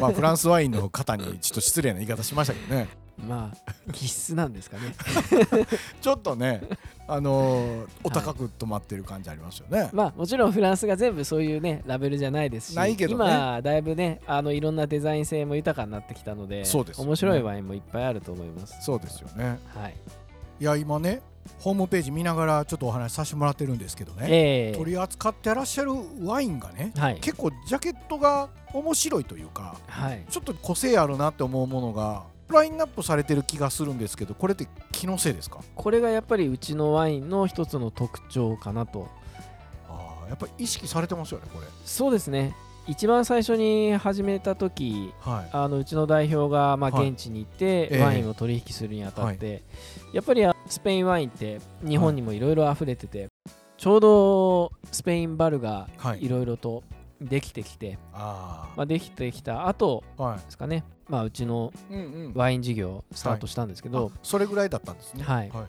[SPEAKER 1] まあフランスワインの方にちょっと失礼な言い方しましたけどね
[SPEAKER 2] まあ気質なんですかね
[SPEAKER 1] ちょっとねあのーお高く止まってる感じありますよね、
[SPEAKER 2] まあもちろんフランスが全部そういうねラベルじゃないですし
[SPEAKER 1] ないけどね
[SPEAKER 2] 今だいぶねあのいろんなデザイン性も豊かになってきたので
[SPEAKER 1] そうですよね
[SPEAKER 2] 面白いワインもいっぱいあると思います、
[SPEAKER 1] そうですよね
[SPEAKER 2] はい
[SPEAKER 1] いや今ねホームページ見ながらちょっとお話しさせてもらってるんですけどね、
[SPEAKER 2] ええ
[SPEAKER 1] 取り扱ってらっしゃるワインがね
[SPEAKER 2] はい
[SPEAKER 1] 結構ジャケットが面白いというか
[SPEAKER 2] はい
[SPEAKER 1] ちょっと個性あるなって思うものがラインナップされてる気がするんですけどこれって気のせいですか
[SPEAKER 2] これがやっぱりうちのワインの一つの特徴かなと
[SPEAKER 1] ああやっぱり意識されてますよねこれ
[SPEAKER 2] そうですね一番最初に始めた時
[SPEAKER 1] はい
[SPEAKER 2] あのうちの代表がまあ
[SPEAKER 1] はい
[SPEAKER 2] 現地に行って、
[SPEAKER 1] ええ
[SPEAKER 2] ワインを取引するにあたって、やっぱりあスペインワインって日本にもいろいろ溢れてて、ちょうどスペインバルが
[SPEAKER 1] はい
[SPEAKER 2] いろいろとできてきて、
[SPEAKER 1] あ
[SPEAKER 2] まあ、できてきた後
[SPEAKER 1] あは
[SPEAKER 2] ですかね、まあ、うちの
[SPEAKER 1] いうんうん
[SPEAKER 2] ワイン事業スタートしたんですけど、
[SPEAKER 1] あそれぐらいだったんですね
[SPEAKER 2] はい
[SPEAKER 1] はい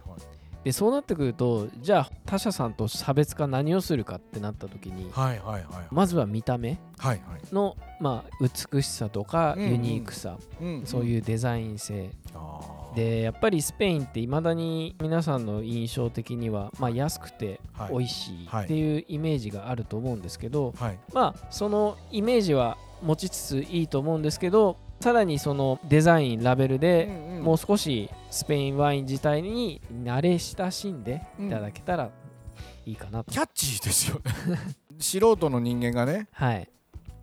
[SPEAKER 2] でそうなってくるとじゃあ他社さんと差別化何をするかってなった時に、
[SPEAKER 1] はいはいはいはい
[SPEAKER 2] まずは見た目
[SPEAKER 1] はいはい
[SPEAKER 2] の、まあ、美しさとか
[SPEAKER 1] うんうん
[SPEAKER 2] ユニークさ、
[SPEAKER 1] うん
[SPEAKER 2] そういううデザイン性、
[SPEAKER 1] あー
[SPEAKER 2] でやっぱりスペインっていまだに皆さんの印象的には、まあ、安くて
[SPEAKER 1] はい
[SPEAKER 2] 美味しい
[SPEAKER 1] はい
[SPEAKER 2] っていうイメージがあると思うんですけど、
[SPEAKER 1] はい
[SPEAKER 2] まあそのイメージは持ちつついいと思うんですけどさらにそのデザインラベルでもう少しスペインワイン自体に慣れ親しんでいただけたらいいかなと、
[SPEAKER 1] キャッチーですよね 素人の人間がね
[SPEAKER 2] はい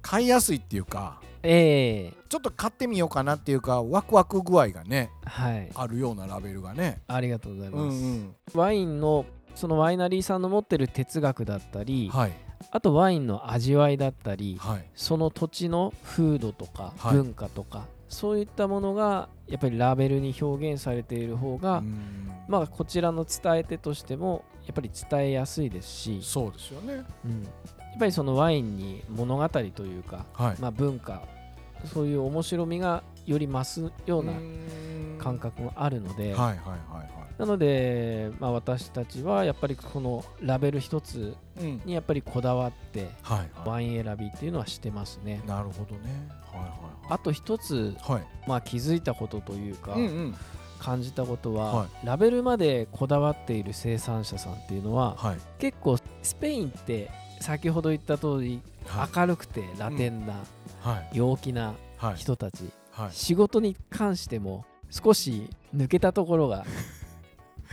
[SPEAKER 1] 買いやすいっていうか
[SPEAKER 2] ええ
[SPEAKER 1] ちょっと買ってみようかなっていうかワクワク具合がね
[SPEAKER 2] はい
[SPEAKER 1] あるようなラベルがね
[SPEAKER 2] ありがとうございます、
[SPEAKER 1] うん
[SPEAKER 2] ワインのそのワイナリーさんの持ってる哲学だった
[SPEAKER 1] うん
[SPEAKER 2] り、
[SPEAKER 1] はい
[SPEAKER 2] あとワインの味わいだったり、
[SPEAKER 1] はい
[SPEAKER 2] その土地の風土とか
[SPEAKER 1] はい
[SPEAKER 2] 文化とか、そういったものがやっぱりラベルに表現されている方が、
[SPEAKER 1] うん
[SPEAKER 2] まあこちらの伝え手としてもやっぱり伝えやすいですし、
[SPEAKER 1] そうですよね
[SPEAKER 2] うんやっぱりそのワインに物語というか、
[SPEAKER 1] はい
[SPEAKER 2] まあ、文化そういう面白みがより増すような感覚もあるの
[SPEAKER 1] は
[SPEAKER 2] で、
[SPEAKER 1] いはいはい
[SPEAKER 2] なので、まあ、私たちはやっぱりこのラベル一つ
[SPEAKER 1] はいうん
[SPEAKER 2] にやっぱりこだわって
[SPEAKER 1] はいは
[SPEAKER 2] ワイン選びっていうのはしてますね。
[SPEAKER 1] いなるほどねはい
[SPEAKER 2] あと一つ、
[SPEAKER 1] はいはいはい
[SPEAKER 2] まあ、気づいたことというか、
[SPEAKER 1] うんうん
[SPEAKER 2] 感じたことは、
[SPEAKER 1] は
[SPEAKER 2] ラベルまでこだわっている生産者さんっていうのは
[SPEAKER 1] はい
[SPEAKER 2] 結構スペインって先ほど言った通り
[SPEAKER 1] はい
[SPEAKER 2] 明るくてラテンな
[SPEAKER 1] はい
[SPEAKER 2] 陽気な
[SPEAKER 1] はい
[SPEAKER 2] 人たち、
[SPEAKER 1] はい
[SPEAKER 2] 仕事に関しても少し抜けたところが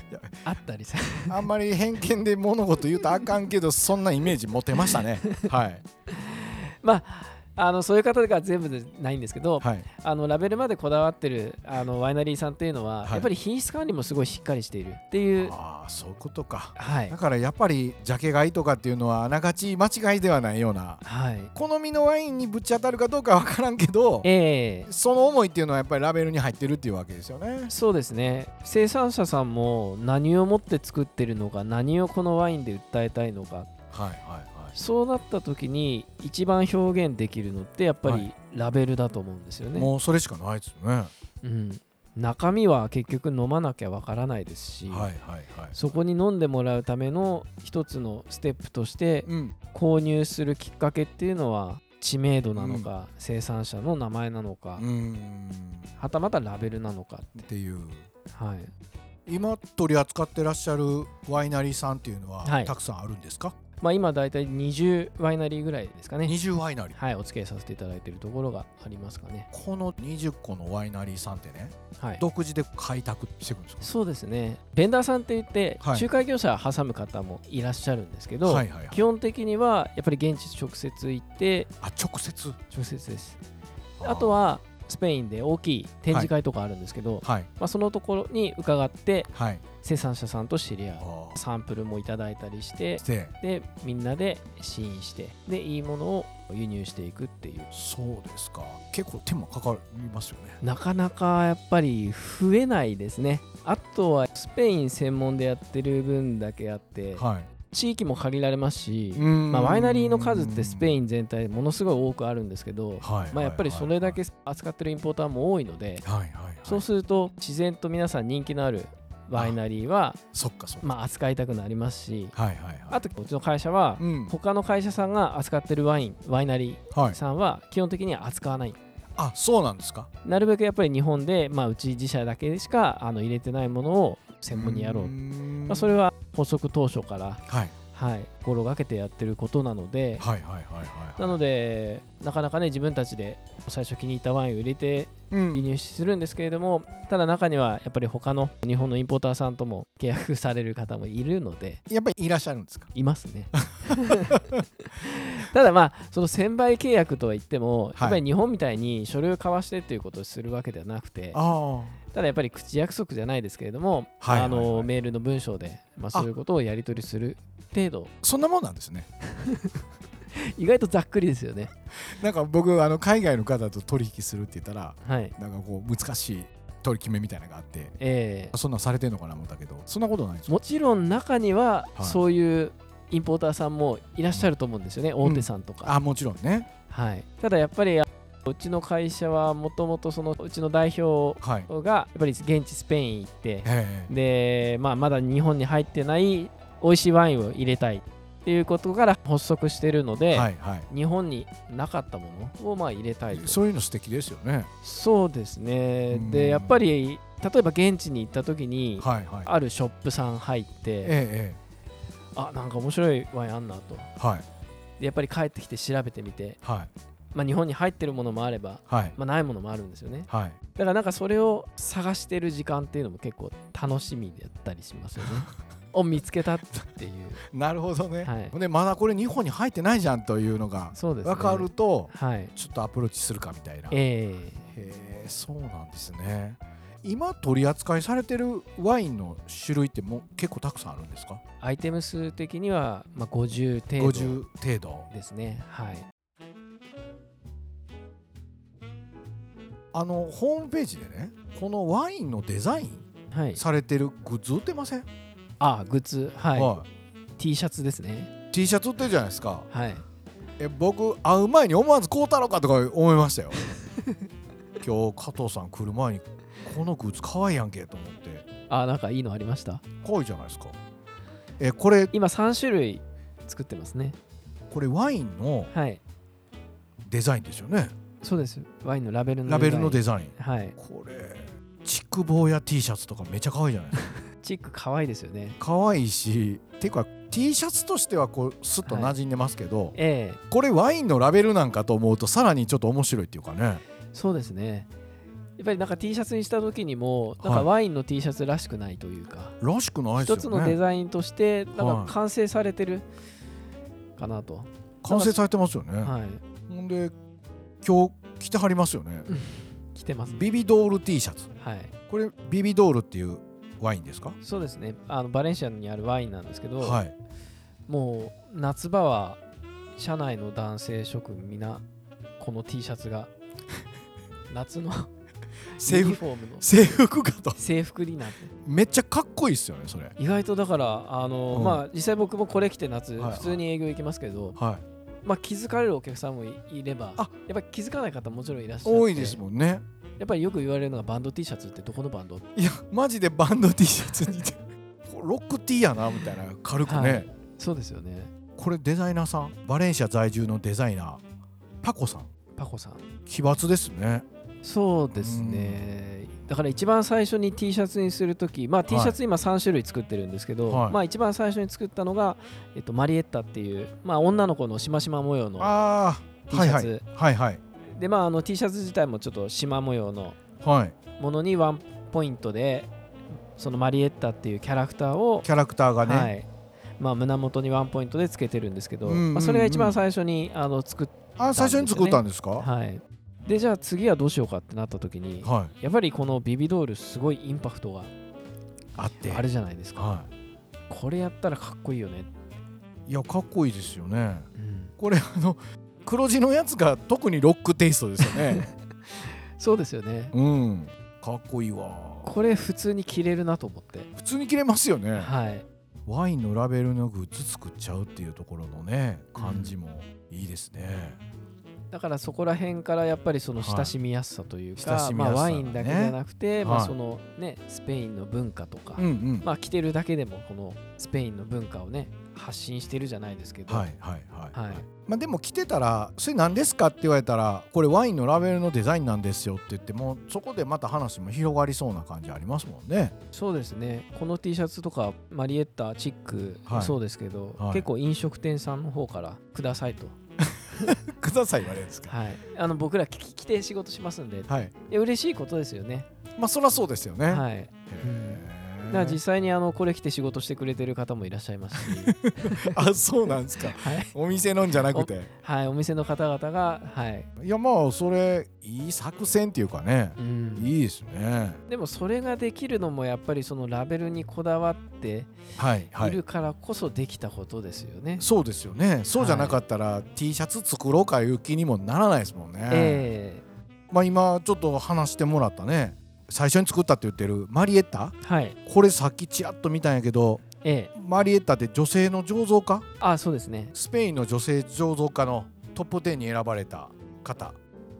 [SPEAKER 1] いや
[SPEAKER 2] あったりさ
[SPEAKER 1] あんまり偏見で物事言うとあかんけどそんなイメージ持てましたね はい
[SPEAKER 2] まああのそういう方が全部でないんですけど、
[SPEAKER 1] はい
[SPEAKER 2] あのラベルまでこだわってるあのワイナリーさんっていうのは、
[SPEAKER 1] はい
[SPEAKER 2] やっぱり品質管理もすごいしっかりしているっていう
[SPEAKER 1] ああそういうことか
[SPEAKER 2] はい
[SPEAKER 1] だからやっぱりジャケ買いとかっていうのはあながち間違いではないような
[SPEAKER 2] はい
[SPEAKER 1] 好みのワインにぶち当たるかどうかわからんけど
[SPEAKER 2] ええ
[SPEAKER 1] その思いっていうのはやっぱりラベルに入ってるっていうわけですよね
[SPEAKER 2] そうですね生産者さんも何をもって作ってるのか何をこのワインで訴えたいのか
[SPEAKER 1] はいはいはい
[SPEAKER 2] そうなった時に一番表現できるのってやっぱ
[SPEAKER 1] は
[SPEAKER 2] りラベルだと思うんですよね。
[SPEAKER 1] もうそれしかないですよね。
[SPEAKER 2] うん、中身は結局飲まなきゃわからないですし、
[SPEAKER 1] はいはいはい
[SPEAKER 2] そこに飲んでもらうための一つのステップとして
[SPEAKER 1] うん
[SPEAKER 2] 購入するきっかけっていうのは知名度なのか、生産者の名前なのか、
[SPEAKER 1] うん
[SPEAKER 2] はたまたラベルなのか、
[SPEAKER 1] っていう
[SPEAKER 2] はい、
[SPEAKER 1] 今取り扱ってらっしゃるワイナリーさんっていうのは、
[SPEAKER 2] はい
[SPEAKER 1] たくさんあるんですか
[SPEAKER 2] まあ、今大体20ワイナリーぐらいですかね、
[SPEAKER 1] 20ワイナリー
[SPEAKER 2] はい、お付き合いさせていただいているところがありますかね、
[SPEAKER 1] この20個のワイナリーさんってね
[SPEAKER 2] はい、
[SPEAKER 1] 独自で開拓していくんですか
[SPEAKER 2] そうですねベンダーさんって言って、
[SPEAKER 1] はい
[SPEAKER 2] 仲介業者挟む方もいらっしゃるんですけど、
[SPEAKER 1] はいはいはい
[SPEAKER 2] 基本的にはやっぱり現地直接行って
[SPEAKER 1] あ直接
[SPEAKER 2] 直接ですあとはスペインで大きい展示会とかあるんですけど、
[SPEAKER 1] はい
[SPEAKER 2] まあ、そのところに伺って
[SPEAKER 1] はい
[SPEAKER 2] 生産者さんと知り合う
[SPEAKER 1] あ
[SPEAKER 2] サンプルもいただいたりして
[SPEAKER 1] ーで
[SPEAKER 2] でみんなで試飲してでいいものを輸入していくっていう
[SPEAKER 1] そうですか結構手間かかりますよね
[SPEAKER 2] なかなかやっぱり増えないですねあとはスペイン専門でやってる分だけあって
[SPEAKER 1] はい
[SPEAKER 2] 地域も限られますし、ま
[SPEAKER 1] ま
[SPEAKER 2] あ、ワイナリーの数ってスペ
[SPEAKER 1] ン、
[SPEAKER 2] イン全体でものすごい多くあるんですけど、
[SPEAKER 1] はい
[SPEAKER 2] まあ、やっぱりそれだけ扱ってるインポーターも多いので
[SPEAKER 1] はいはいはい
[SPEAKER 2] そうすると自然と皆さん人気のあるワイナリーは
[SPEAKER 1] そっかそっか、
[SPEAKER 2] まあ扱いたくなりますし
[SPEAKER 1] はいはいはい
[SPEAKER 2] あとうちの会社は
[SPEAKER 1] うん
[SPEAKER 2] 他の会社さんが扱ってるワインワイナリ
[SPEAKER 1] はい
[SPEAKER 2] ーさんは基本的には扱わない
[SPEAKER 1] あそうなんですか
[SPEAKER 2] なるべくやっぱり日本で、まあ、うち自社だけでしかあの入れてないものを専門にやろう、
[SPEAKER 1] ま
[SPEAKER 2] まあ、それは発足当初から、
[SPEAKER 1] はい
[SPEAKER 2] はい、心がけてやってることなので
[SPEAKER 1] はいはいはいはい
[SPEAKER 2] なのでなかなかね自分たちで最初気に入ったワインを入れて
[SPEAKER 1] うん
[SPEAKER 2] 輸入するんですけれどもただ中にはやっぱり他の日本のインポーターさんとも契約される方もいるので
[SPEAKER 1] やっぱりいらっしゃるんですか
[SPEAKER 2] いますね ただまあその1000倍契約とは言っても、やっぱり日本みたいに書類を交わしてっていうことをするわけではなくて
[SPEAKER 1] あ
[SPEAKER 2] ただやっぱり口約束じゃないですけれども、
[SPEAKER 1] はいはい
[SPEAKER 2] あ
[SPEAKER 1] はい
[SPEAKER 2] のメールの文章で、まあ、そういうことをやり取りする程度
[SPEAKER 1] そんなもんなんですね
[SPEAKER 2] 意外とざっくりですよね
[SPEAKER 1] なんか僕あの海外の方と取引するって言ったら
[SPEAKER 2] はい
[SPEAKER 1] なんかこう難しい取り決めみたいなのがあって
[SPEAKER 2] ええ
[SPEAKER 1] そんなんされてんのかな思ったけどそんなことないです
[SPEAKER 2] もちろん中には
[SPEAKER 1] はい
[SPEAKER 2] そういうインポーターさんもいらっしゃると思うんですよね、大手さんとか、
[SPEAKER 1] あもちろんね
[SPEAKER 2] はい、ただやっぱりあうちの会社はもともとそのうちの代表
[SPEAKER 1] はい
[SPEAKER 2] がやっぱり現地スペイン行って
[SPEAKER 1] ええ
[SPEAKER 2] で、まあ、まだ日本に入ってない美味しいワインを入れたいっていうことから発足してるので、
[SPEAKER 1] はいはい
[SPEAKER 2] 日本になかったものをまあ入れたいと
[SPEAKER 1] そういうの素敵ですよね
[SPEAKER 2] そうですね
[SPEAKER 1] うん
[SPEAKER 2] でやっぱり例えば現地に行った時に
[SPEAKER 1] はいはい
[SPEAKER 2] あるショップさん入って、
[SPEAKER 1] ええ
[SPEAKER 2] あなんか面白いワインあんなと
[SPEAKER 1] ええはい
[SPEAKER 2] でやっぱり帰ってきて調べてみて、
[SPEAKER 1] はい
[SPEAKER 2] まあ、日本に入ってるものもあれば、
[SPEAKER 1] はい
[SPEAKER 2] まあ、ないものもあるんですよね
[SPEAKER 1] はい
[SPEAKER 2] だからなんかそれを探してる時間っていうのも結構楽しみだったりしますよねを見つけたっていう
[SPEAKER 1] なるほどね、
[SPEAKER 2] はい
[SPEAKER 1] でまだこれ日本に入ってないじゃんというのが
[SPEAKER 2] そうですね
[SPEAKER 1] 分かると、
[SPEAKER 2] はい
[SPEAKER 1] ちょっとアプローチするかみたいなへ
[SPEAKER 2] ええ
[SPEAKER 1] えそうなんですね今取り扱いされてるワインの種類ってもう結構たくさんあるんですか
[SPEAKER 2] アイテム数的には、まあ、50程度
[SPEAKER 1] 50程度
[SPEAKER 2] ですねはい
[SPEAKER 1] あのホームページでねこのワインのデザイン
[SPEAKER 2] はい、
[SPEAKER 1] されてるグッズ売ってません、
[SPEAKER 2] あグッズはい、
[SPEAKER 1] は
[SPEAKER 2] T シャツですね
[SPEAKER 1] い T シャツ売ってるじゃないですか
[SPEAKER 2] はい
[SPEAKER 1] え僕会う前に思わずこうたろうかとか思いま したよ今日加藤さん来る前にこのグッズ可愛いやんけと思って
[SPEAKER 2] あなんかいいのありました
[SPEAKER 1] 可愛いじゃないですかえこれ
[SPEAKER 2] 今3種類作ってますね
[SPEAKER 1] これワインの
[SPEAKER 2] はい
[SPEAKER 1] デザインですよね
[SPEAKER 2] そうですワインのラベルの
[SPEAKER 1] ラベルの
[SPEAKER 2] デ
[SPEAKER 1] デザイン
[SPEAKER 2] ザインはい
[SPEAKER 1] これチック坊や T シャツとかめちゃ可愛いじゃないですか
[SPEAKER 2] チック可愛いですよね
[SPEAKER 1] 可愛いしていうか T シャツとしてはこうスッと馴染んでますけど、
[SPEAKER 2] ええ
[SPEAKER 1] これワインのラベルなんかと思うとさらにちょっと面白いっていうかね
[SPEAKER 2] そうですねやっぱりなんか T シャツにした時にもなん
[SPEAKER 1] は
[SPEAKER 2] か
[SPEAKER 1] い
[SPEAKER 2] ワインの T シャツらしくないというか、
[SPEAKER 1] らしくないですよ
[SPEAKER 2] 一
[SPEAKER 1] ね
[SPEAKER 2] つのデザインとしてなん
[SPEAKER 1] は
[SPEAKER 2] か
[SPEAKER 1] い
[SPEAKER 2] 完成されてるかなと、
[SPEAKER 1] 完成されてますよね、
[SPEAKER 2] はい
[SPEAKER 1] ほんで今日着てはりますよね、
[SPEAKER 2] うん来てます
[SPEAKER 1] ビビドール T シャツ
[SPEAKER 2] はい
[SPEAKER 1] これビビドールっていうワインですか
[SPEAKER 2] そうですねあのバレンシアにあるワインなんですけど、
[SPEAKER 1] はい
[SPEAKER 2] もう夏場は社内の男性諸君皆この T シャツ が夏のユ
[SPEAKER 1] 制
[SPEAKER 2] ニ
[SPEAKER 1] 服
[SPEAKER 2] フォームの
[SPEAKER 1] 制服かと
[SPEAKER 2] 制服になって
[SPEAKER 1] めっちゃかっこいいっすよねそれ
[SPEAKER 2] 意外とだからあの、
[SPEAKER 1] うん
[SPEAKER 2] まあ実際僕もこれ着て夏、
[SPEAKER 1] はい
[SPEAKER 2] 普通に営業行きますけど、
[SPEAKER 1] はい
[SPEAKER 2] まあ、気づかれるお客さんもいいれば
[SPEAKER 1] あ
[SPEAKER 2] やっぱり気づかない方ももちろんいらっしゃって
[SPEAKER 1] 多いですもんね
[SPEAKER 2] やっやっぱりよく言われるのがバンド T シャツってどこのバンド
[SPEAKER 1] いやマジでバンド T シャツにてロック T やなみたいな軽くね、
[SPEAKER 2] はいそうですよね
[SPEAKER 1] これデザイナーさんバレンシア在住のデザイナーパコさん
[SPEAKER 2] パコさん
[SPEAKER 1] 奇抜ですね
[SPEAKER 2] そうですね、だから一番最初に T シャツにする時まあ、T シャツ今3種類作ってるんですけど、
[SPEAKER 1] はい
[SPEAKER 2] まあ、一番最初に作ったのが、えっと、マリエッタっていう、まあ、女の子のしましま模様の
[SPEAKER 1] あ
[SPEAKER 2] T
[SPEAKER 1] あ
[SPEAKER 2] シャ
[SPEAKER 1] は
[SPEAKER 2] ツ
[SPEAKER 1] いはいはいはい
[SPEAKER 2] で、まあ、あの T シャツ自体もちょっとしま模様の
[SPEAKER 1] はい
[SPEAKER 2] ものにワンポイントでそのマリエッタっていうキャラクターを、
[SPEAKER 1] キャラクターがね、
[SPEAKER 2] はいまあ、胸元にワンポイントでつけてるんですけど、
[SPEAKER 1] うんうんうん
[SPEAKER 2] まあ、それが一番最初にあの作っ
[SPEAKER 1] あ最初に作ったんですか、
[SPEAKER 2] た、はい、でじゃあ次はどうしようかってなった時に、
[SPEAKER 1] はい
[SPEAKER 2] やっぱりこのビビドールすごいインパクトが
[SPEAKER 1] あって
[SPEAKER 2] あるじゃないですか、
[SPEAKER 1] は
[SPEAKER 2] これやったらかっこいいよね、
[SPEAKER 1] いいやかっこいいですよねこれあの黒字のやつが特にロックテイストですよ ね
[SPEAKER 2] そうですよね
[SPEAKER 1] うんかっこいいわ
[SPEAKER 2] これ普通に着れるなと思って、
[SPEAKER 1] 普通に切れますよね
[SPEAKER 2] はい
[SPEAKER 1] ワインのラベルのグッズ作っちゃうっていうところのね感じもいいですね、
[SPEAKER 2] だからそこら辺からやっぱりその親しみやすさというか、
[SPEAKER 1] はい親しみ
[SPEAKER 2] ま
[SPEAKER 1] や
[SPEAKER 2] あ、
[SPEAKER 1] すさ
[SPEAKER 2] ワ
[SPEAKER 1] ね
[SPEAKER 2] インだけじゃなくて、まあ、
[SPEAKER 1] はい
[SPEAKER 2] そのねスペインの文化とか、
[SPEAKER 1] うんうん、
[SPEAKER 2] まあ、着てるだけでもこのスペインの文化をね発信してるじゃないですけど、
[SPEAKER 1] はいはいはい、
[SPEAKER 2] はい
[SPEAKER 1] まあ、でも来てたら「それ何ですか?」って言われたら「これワインのラベルのデザインなんですよ」って言ってもそこでまた話も広がりそうな感じありますもんね。
[SPEAKER 2] そうですねこの T シャツとかマリエッタチック
[SPEAKER 1] はい
[SPEAKER 2] そうですけど、
[SPEAKER 1] はい
[SPEAKER 2] 結構飲食店さんの方からくださいと、
[SPEAKER 1] ください言われるんですか。
[SPEAKER 2] はい、あの僕らき着て仕事しますんで
[SPEAKER 1] はい、
[SPEAKER 2] いや嬉しいことですよね。
[SPEAKER 1] まあそりゃそうですよね。
[SPEAKER 2] はい、
[SPEAKER 1] へ
[SPEAKER 2] だから
[SPEAKER 1] ー
[SPEAKER 2] 実際にあのこれ着て仕事してくれてる方もいらっしゃいます し、
[SPEAKER 1] あそうなんですか。
[SPEAKER 2] はい
[SPEAKER 1] お店のんじゃなくて。
[SPEAKER 2] はい、お店の方々が、はい
[SPEAKER 1] いやまあそれいい作戦っていうかね
[SPEAKER 2] う、ん、
[SPEAKER 1] いいですね。
[SPEAKER 2] でもそれができるのもやっぱりそのラベルにこだわって
[SPEAKER 1] はいはいい。
[SPEAKER 2] るからこそできたことですよね。
[SPEAKER 1] そうですよね。そうじゃなかったら T シャツ作ろうかいう気にもならないですもんね。
[SPEAKER 2] え
[SPEAKER 1] まあ今ちょっと話してもらったね最初に作ったって言ってるマリエッタ
[SPEAKER 2] えはい、
[SPEAKER 1] これさっきちらっと見たんやけど
[SPEAKER 2] ええ
[SPEAKER 1] マリエッタって女性の醸造家
[SPEAKER 2] あそうですね。
[SPEAKER 1] スペインの女性醸造家のトップ10に選ばれた方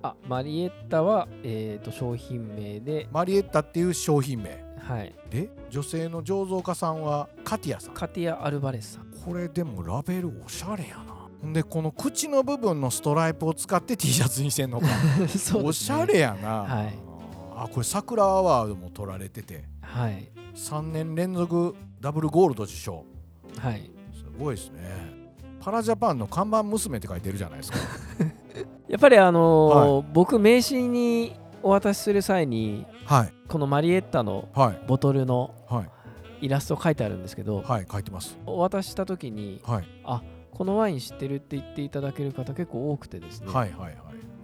[SPEAKER 2] あマリエッタは、えー、と商品名で、
[SPEAKER 1] マリエッタっていう商品名
[SPEAKER 2] はい、
[SPEAKER 1] で女性の醸造家さんはカティアさん
[SPEAKER 2] カティア・アルバレスさん。
[SPEAKER 1] これでもラベルおしゃれやなほんでこの口の部分のストライプを使って T シャツにしてん のか、
[SPEAKER 2] そうですね
[SPEAKER 1] おしゃれやな、
[SPEAKER 2] はい
[SPEAKER 1] あこれ桜アワードも取られてて
[SPEAKER 2] はい、
[SPEAKER 1] 3年連続ダブルゴールド受賞
[SPEAKER 2] はい。
[SPEAKER 1] すごいですねパラジャパンの看板娘って書いてるじゃないですか
[SPEAKER 2] やっぱりあのー僕名刺にお渡しする際に
[SPEAKER 1] はい
[SPEAKER 2] このマリエッタの
[SPEAKER 1] はい
[SPEAKER 2] ボトルの
[SPEAKER 1] はい
[SPEAKER 2] イラスト書いてあるんですけど、
[SPEAKER 1] はい書いてます
[SPEAKER 2] お渡しした時に
[SPEAKER 1] はい、
[SPEAKER 2] このワイン知ってるって言っていただける方結構多くてですね、
[SPEAKER 1] はいはいはい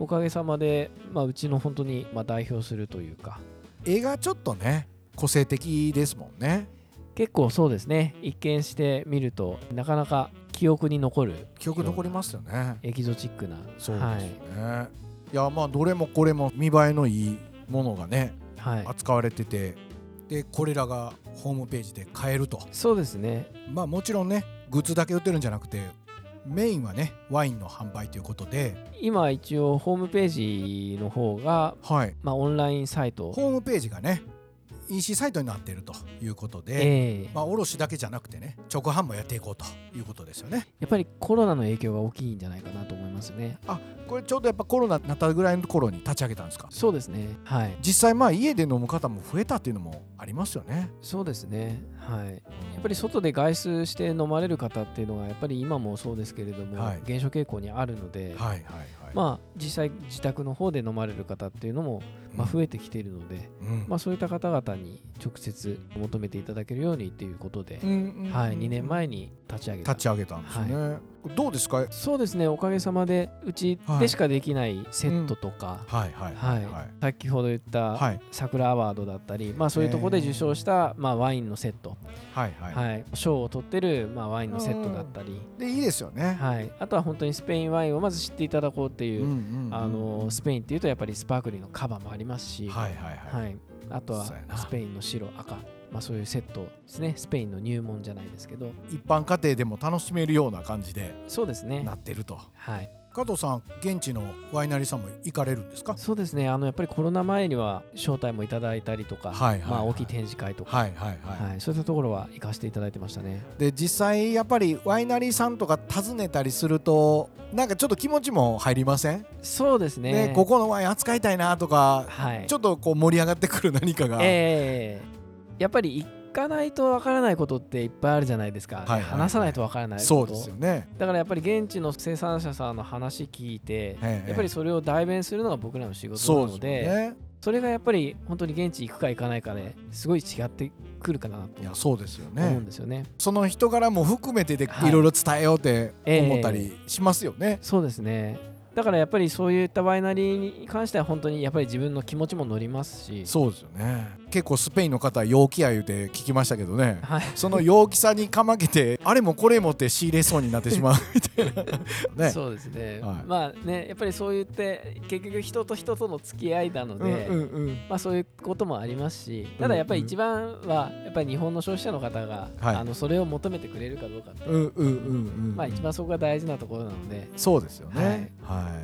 [SPEAKER 2] おかげさまで、まあ、うちの本当に、まあ、代表するというか
[SPEAKER 1] 絵がちょっとね個性的ですもんね
[SPEAKER 2] 結構そうですね一見してみるとなかなか記憶に残る
[SPEAKER 1] 記憶残りますよね
[SPEAKER 2] エキゾチックな
[SPEAKER 1] そうです
[SPEAKER 2] は
[SPEAKER 1] ね
[SPEAKER 2] い、、
[SPEAKER 1] い、やまあどれもこれも見栄えのいいものがね
[SPEAKER 2] はい、
[SPEAKER 1] 扱われててでこれらがホームページで買えると
[SPEAKER 2] そうですね
[SPEAKER 1] まあもちろんねグッズだけ売ってるんじゃなくてメインはねワインの販売ということで
[SPEAKER 2] 今一応ホームページの方が、
[SPEAKER 1] はい
[SPEAKER 2] まあ、オンラインサイト
[SPEAKER 1] ホームページがね EC サイトになっているということで、
[SPEAKER 2] ええ
[SPEAKER 1] まあ卸だけじゃなくてね直販もやっていこうということですよね
[SPEAKER 2] やっぱりコロナの影響が大きいんじゃないかなと思いますね
[SPEAKER 1] これちょうどやっぱコロナになったぐらいの頃に立ち上げたんですか
[SPEAKER 2] そうですねはい
[SPEAKER 1] 実際まあ家で飲む方も増えたっていうのもありますよね
[SPEAKER 2] そうですねはいや
[SPEAKER 1] や
[SPEAKER 2] っぱり外で外出して飲まれる方っていうのがやっぱり今もそうですけれども、
[SPEAKER 1] はい
[SPEAKER 2] 減少傾向にあるので、
[SPEAKER 1] はいはいはいあ、
[SPEAKER 2] まあ実際自宅の方で飲まれる方っていうのも、まあ、増えてきているので、
[SPEAKER 1] うん
[SPEAKER 2] まあ、そういった方々に直接求めていただけるようにっていうことで、はい、2年前に立ち上げた
[SPEAKER 1] 立ち上げたんですね、どうですかはい
[SPEAKER 2] そうですねおかげさまでうちでしかできないセットとか、
[SPEAKER 1] はいはい
[SPEAKER 2] はい先ほど言った、
[SPEAKER 1] はい
[SPEAKER 2] 桜アワードだったり、まあ、そういうところで受賞した、まあ、ワインのセット
[SPEAKER 1] はいはい、
[SPEAKER 2] はい、賞を取ってる、まあ、ワインのセットだったり、
[SPEAKER 1] でいいですよね、
[SPEAKER 2] はい、あとは本当にスペインワインをまず知っていただこうっていう、
[SPEAKER 1] うんうんうん
[SPEAKER 2] あのスペインっていうとやっぱりスパークリングのカバーもありますし、
[SPEAKER 1] はいはいはい、
[SPEAKER 2] はいあとは
[SPEAKER 1] そうやな
[SPEAKER 2] スペインの白赤、まあ、そういうセットですねスペインの入門じゃないですけど
[SPEAKER 1] 一般家庭でも楽しめるような感じで
[SPEAKER 2] そうですね
[SPEAKER 1] なってると
[SPEAKER 2] はい
[SPEAKER 1] 加藤さん現地のワイナリーさんも行かれるんですか
[SPEAKER 2] そうですねあのやっぱりコロナ前には招待もいただいたりとか、
[SPEAKER 1] はいはいはい
[SPEAKER 2] まあ、大きい展示会とか、
[SPEAKER 1] はいはいはい、
[SPEAKER 2] はいそういったところは行かせていただいてましたね
[SPEAKER 1] で実際やっぱりワイナリーさんとか訪ねたりするとなんかちょっと気持ちも入りません、
[SPEAKER 2] そうですね
[SPEAKER 1] ねここのワイン扱いたいなとか、
[SPEAKER 2] はい
[SPEAKER 1] ちょっとこう盛り上がってくる何かが、
[SPEAKER 2] ええやっぱり行かないとわからないことっていっぱいあるじゃないですか、
[SPEAKER 1] いはいはい
[SPEAKER 2] 話さないとわからないこと
[SPEAKER 1] そうですよね
[SPEAKER 2] だからやっぱり現地の生産者さんの話聞いて、
[SPEAKER 1] ええ
[SPEAKER 2] やっぱりそれを代弁するのが僕らの仕事
[SPEAKER 1] そ
[SPEAKER 2] な
[SPEAKER 1] うで
[SPEAKER 2] のです
[SPEAKER 1] よね
[SPEAKER 2] それがやっぱり本当に現地行くか行かないかですごい違ってくるかなと
[SPEAKER 1] いやそうですよね、
[SPEAKER 2] 思うんですよね。
[SPEAKER 1] その人柄も含めてで
[SPEAKER 2] はい
[SPEAKER 1] いろいろ伝えようって
[SPEAKER 2] ええ
[SPEAKER 1] 思ったりしますよね、
[SPEAKER 2] そうですねだからやっぱりそういったワイナリーに関しては本当にやっぱり自分の気持ちも乗りますし
[SPEAKER 1] そうですよね結構スペインの方は陽気や言うて聞きましたけどね
[SPEAKER 2] はい
[SPEAKER 1] その陽気さにかまけてあれもこれもって仕入れそうになってし まうみたいなね
[SPEAKER 2] そうですね、
[SPEAKER 1] はい
[SPEAKER 2] まあねやっぱりそう言って結局人と人との付き合いなので、
[SPEAKER 1] うんうんうん
[SPEAKER 2] まあ、そういうこともありますしただやっぱり一番はやっぱり日本の消費者の方が、
[SPEAKER 1] はい
[SPEAKER 2] あのそれを求めてくれるかどうかって、
[SPEAKER 1] うんうんうんうん
[SPEAKER 2] まあ、一番そこが大事なところなので、
[SPEAKER 1] そうですよねは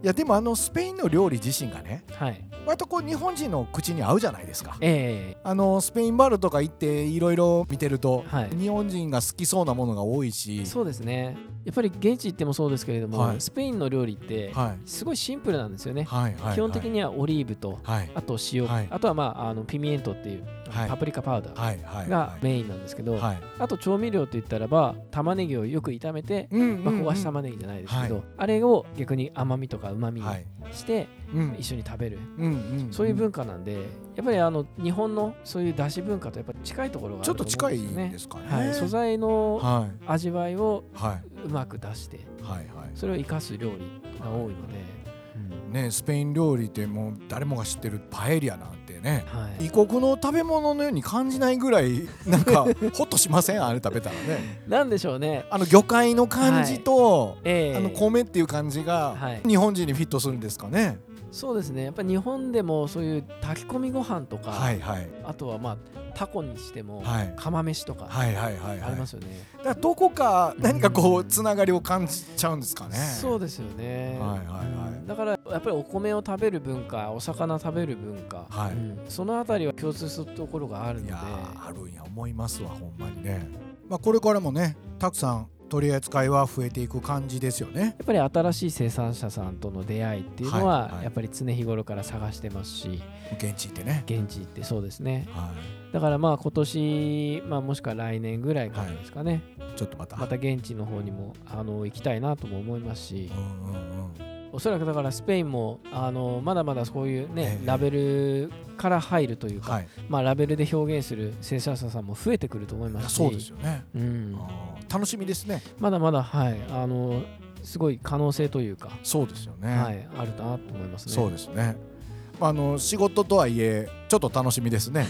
[SPEAKER 1] い、い、やでもあのスペインの料理自身がね
[SPEAKER 2] はい
[SPEAKER 1] 割とこう日本人の口に合うじゃないですか
[SPEAKER 2] え
[SPEAKER 1] あのスペインバルとか行っていろいろ見てると、
[SPEAKER 2] はい
[SPEAKER 1] 日本人が好きそうなものが多いし
[SPEAKER 2] えそうですねやっぱり現地行ってもそうですけれども、
[SPEAKER 1] はい
[SPEAKER 2] スペインの料理って
[SPEAKER 1] はい
[SPEAKER 2] すごいシンプルなんですよね、
[SPEAKER 1] はいはい
[SPEAKER 2] 基本的にはオリーブと
[SPEAKER 1] はい
[SPEAKER 2] あと塩、
[SPEAKER 1] はい
[SPEAKER 2] あとはまああのピミエントっていう
[SPEAKER 1] はい
[SPEAKER 2] パプリカパウダー
[SPEAKER 1] はいはい
[SPEAKER 2] が
[SPEAKER 1] はい
[SPEAKER 2] メインなんですけど、
[SPEAKER 1] はい
[SPEAKER 2] あと調味料といったらば玉ねぎをよく炒めて、
[SPEAKER 1] うんうんうん
[SPEAKER 2] まあ、焦がし玉ねぎじゃないですけど、あれを逆に甘みとか旨みに
[SPEAKER 1] はい
[SPEAKER 2] して
[SPEAKER 1] うん
[SPEAKER 2] 一緒に食べる、
[SPEAKER 1] うんうん
[SPEAKER 2] そういう文化なんでやっぱりあの日本のそういうだし文化とやっぱり近いところがあ
[SPEAKER 1] ちょ
[SPEAKER 2] る
[SPEAKER 1] っ
[SPEAKER 2] と
[SPEAKER 1] と
[SPEAKER 2] 思う
[SPEAKER 1] 近い
[SPEAKER 2] んですよ
[SPEAKER 1] ん
[SPEAKER 2] ね。
[SPEAKER 1] ですかね
[SPEAKER 2] はい、素材の
[SPEAKER 1] は
[SPEAKER 2] 味わいを
[SPEAKER 1] いはいう
[SPEAKER 2] まく出して
[SPEAKER 1] はいはい
[SPEAKER 2] それを生かす料理が多いので、
[SPEAKER 1] ねスペイン料理ってもう誰もが知ってるパエリアなんてね
[SPEAKER 2] はい
[SPEAKER 1] 異国の食べ物のように感じないぐ らいなんかホッとしませんあれ食べたらね
[SPEAKER 2] なんでしょうね、
[SPEAKER 1] あの魚介の感じと、
[SPEAKER 2] ええ
[SPEAKER 1] あの米っていう感じ
[SPEAKER 2] は
[SPEAKER 1] が
[SPEAKER 2] い
[SPEAKER 1] 日本人にフィットするんですかね、
[SPEAKER 2] そうですねやっぱり日本でもそういう炊き込みご飯とか、
[SPEAKER 1] はい、はい
[SPEAKER 2] あとはまあタコにしても、
[SPEAKER 1] はい
[SPEAKER 2] 釜飯とか、
[SPEAKER 1] はいはいはい
[SPEAKER 2] あ
[SPEAKER 1] はい
[SPEAKER 2] りま
[SPEAKER 1] だか
[SPEAKER 2] すよね。
[SPEAKER 1] らどこか何かこうつながりを感じちゃうんですかね
[SPEAKER 2] そうですよね。
[SPEAKER 1] はいはいはい
[SPEAKER 2] うんだからやっぱりお米を食べる文化、お魚食べる文化、
[SPEAKER 1] はい
[SPEAKER 2] うんそのあたりは共通するところがあるの
[SPEAKER 1] い
[SPEAKER 2] で
[SPEAKER 1] や、ーあるんや思いますわほんまにね、まあ、これからもねたくさん取り扱いは増えていく感じですよね
[SPEAKER 2] やっぱり新しい生産者さんとの出会いっていうの
[SPEAKER 1] は
[SPEAKER 2] はい
[SPEAKER 1] はい
[SPEAKER 2] やっぱり常日頃から探してますし、
[SPEAKER 1] 現地行ってね
[SPEAKER 2] 現地行ってそうですね。
[SPEAKER 1] は
[SPEAKER 2] だからまあ今年まあもしくは来年ぐらいからですかね。
[SPEAKER 1] いちょっとまた
[SPEAKER 2] また現地の方にもあの行きたいなとも思いますし
[SPEAKER 1] う、んうんうん
[SPEAKER 2] おそらくだからスペインもあのまだまだこういうね
[SPEAKER 1] ええ
[SPEAKER 2] ラベルから入るというか
[SPEAKER 1] はい
[SPEAKER 2] まあ、ラベルで表現する生産者さんも増えてくると思いますし
[SPEAKER 1] そうですよね、
[SPEAKER 2] うん、
[SPEAKER 1] あー楽しみですね
[SPEAKER 2] まだまだ、はい、あのすごい可能性というか、
[SPEAKER 1] そうですよね、
[SPEAKER 2] はい、あるなと思いますね。
[SPEAKER 1] そうですねまああの仕事とはいえちょっと楽しみですね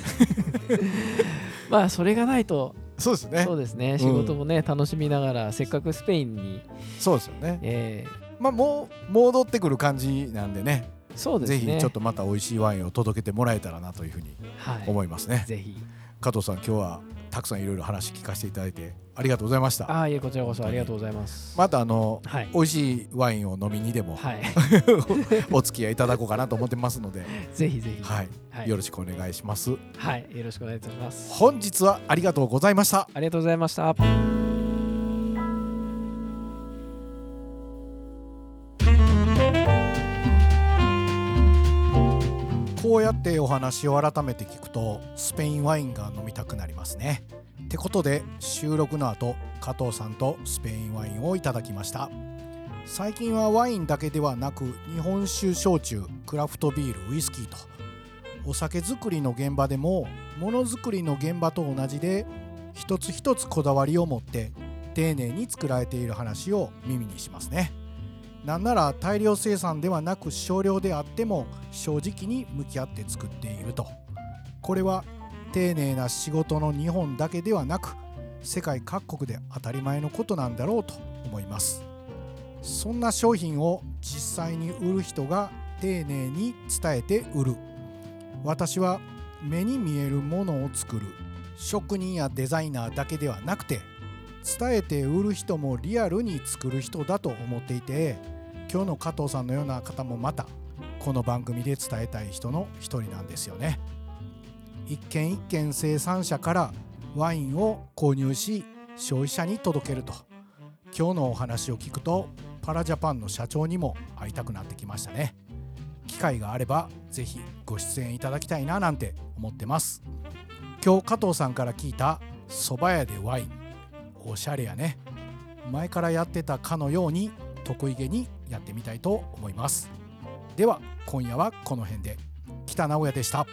[SPEAKER 2] まあそれがないと
[SPEAKER 1] そうですね
[SPEAKER 2] そうですね仕事もね、楽しみながらせっかくスペインに、
[SPEAKER 1] そうですよね
[SPEAKER 2] え
[SPEAKER 1] まあもう戻ってくる感じなんでね
[SPEAKER 2] ーそうです
[SPEAKER 1] ぜ
[SPEAKER 2] ね
[SPEAKER 1] ひちょっとまた美味しいワインを届けてもらえたらなというふうに
[SPEAKER 2] はい
[SPEAKER 1] 思いますね、
[SPEAKER 2] ぜひ
[SPEAKER 1] 加藤さん今日はたくさんいろいろ話聞かせていただいてありがとうございました
[SPEAKER 2] ああいえこちらこそありがとうございます。
[SPEAKER 1] またあの
[SPEAKER 2] はい、
[SPEAKER 1] 美味しいワインを飲みにでも、
[SPEAKER 2] はい、
[SPEAKER 1] お付き合いいただこうかなと思ってますので、
[SPEAKER 2] ぜひぜひ、
[SPEAKER 1] はい
[SPEAKER 2] はい
[SPEAKER 1] よろしくお願いします
[SPEAKER 2] はい、よろしくお願いいたします。
[SPEAKER 1] 本日はありがとうございました
[SPEAKER 2] ありがとうございました。
[SPEAKER 1] こうやってお話を改めて聞くとスペインワインが飲みたくなりますねってことで収録の後加藤さんとスペインワインをいただきました最近はワインだけではなく日本酒焼酎クラフトビールウイスキーとお酒作りの現場でもものづくりの現場と同じで一つ一つこだわりを持って丁寧に作られている話を耳にしますねなんなら大量生産ではなく少量であっても正直に向き合って作っているとこれは丁寧な仕事の日本だけではなく世界各国で当たり前のことなんだろうと思いますそんな商品を実際に売る人が丁寧に伝えて売る私は目に見えるものを作る職人やデザイナーだけではなくて伝えて売る人もリアルに作る人だと思っていて今日の加藤さんのような方もまたこの番組で伝えたい人の一人なんですよね一軒一軒生産者からワインを購入し消費者に届けると今日のお話を聞くとパラジャパンの社長にも会いたくなってきましたね機会があればぜひご出演いただきたいななんて思ってます今日加藤さんから聞いた蕎麦屋でワインおしゃれやね前からやってたかのように得意げにやってみたいと思いますでは今夜はこの辺で北直也でした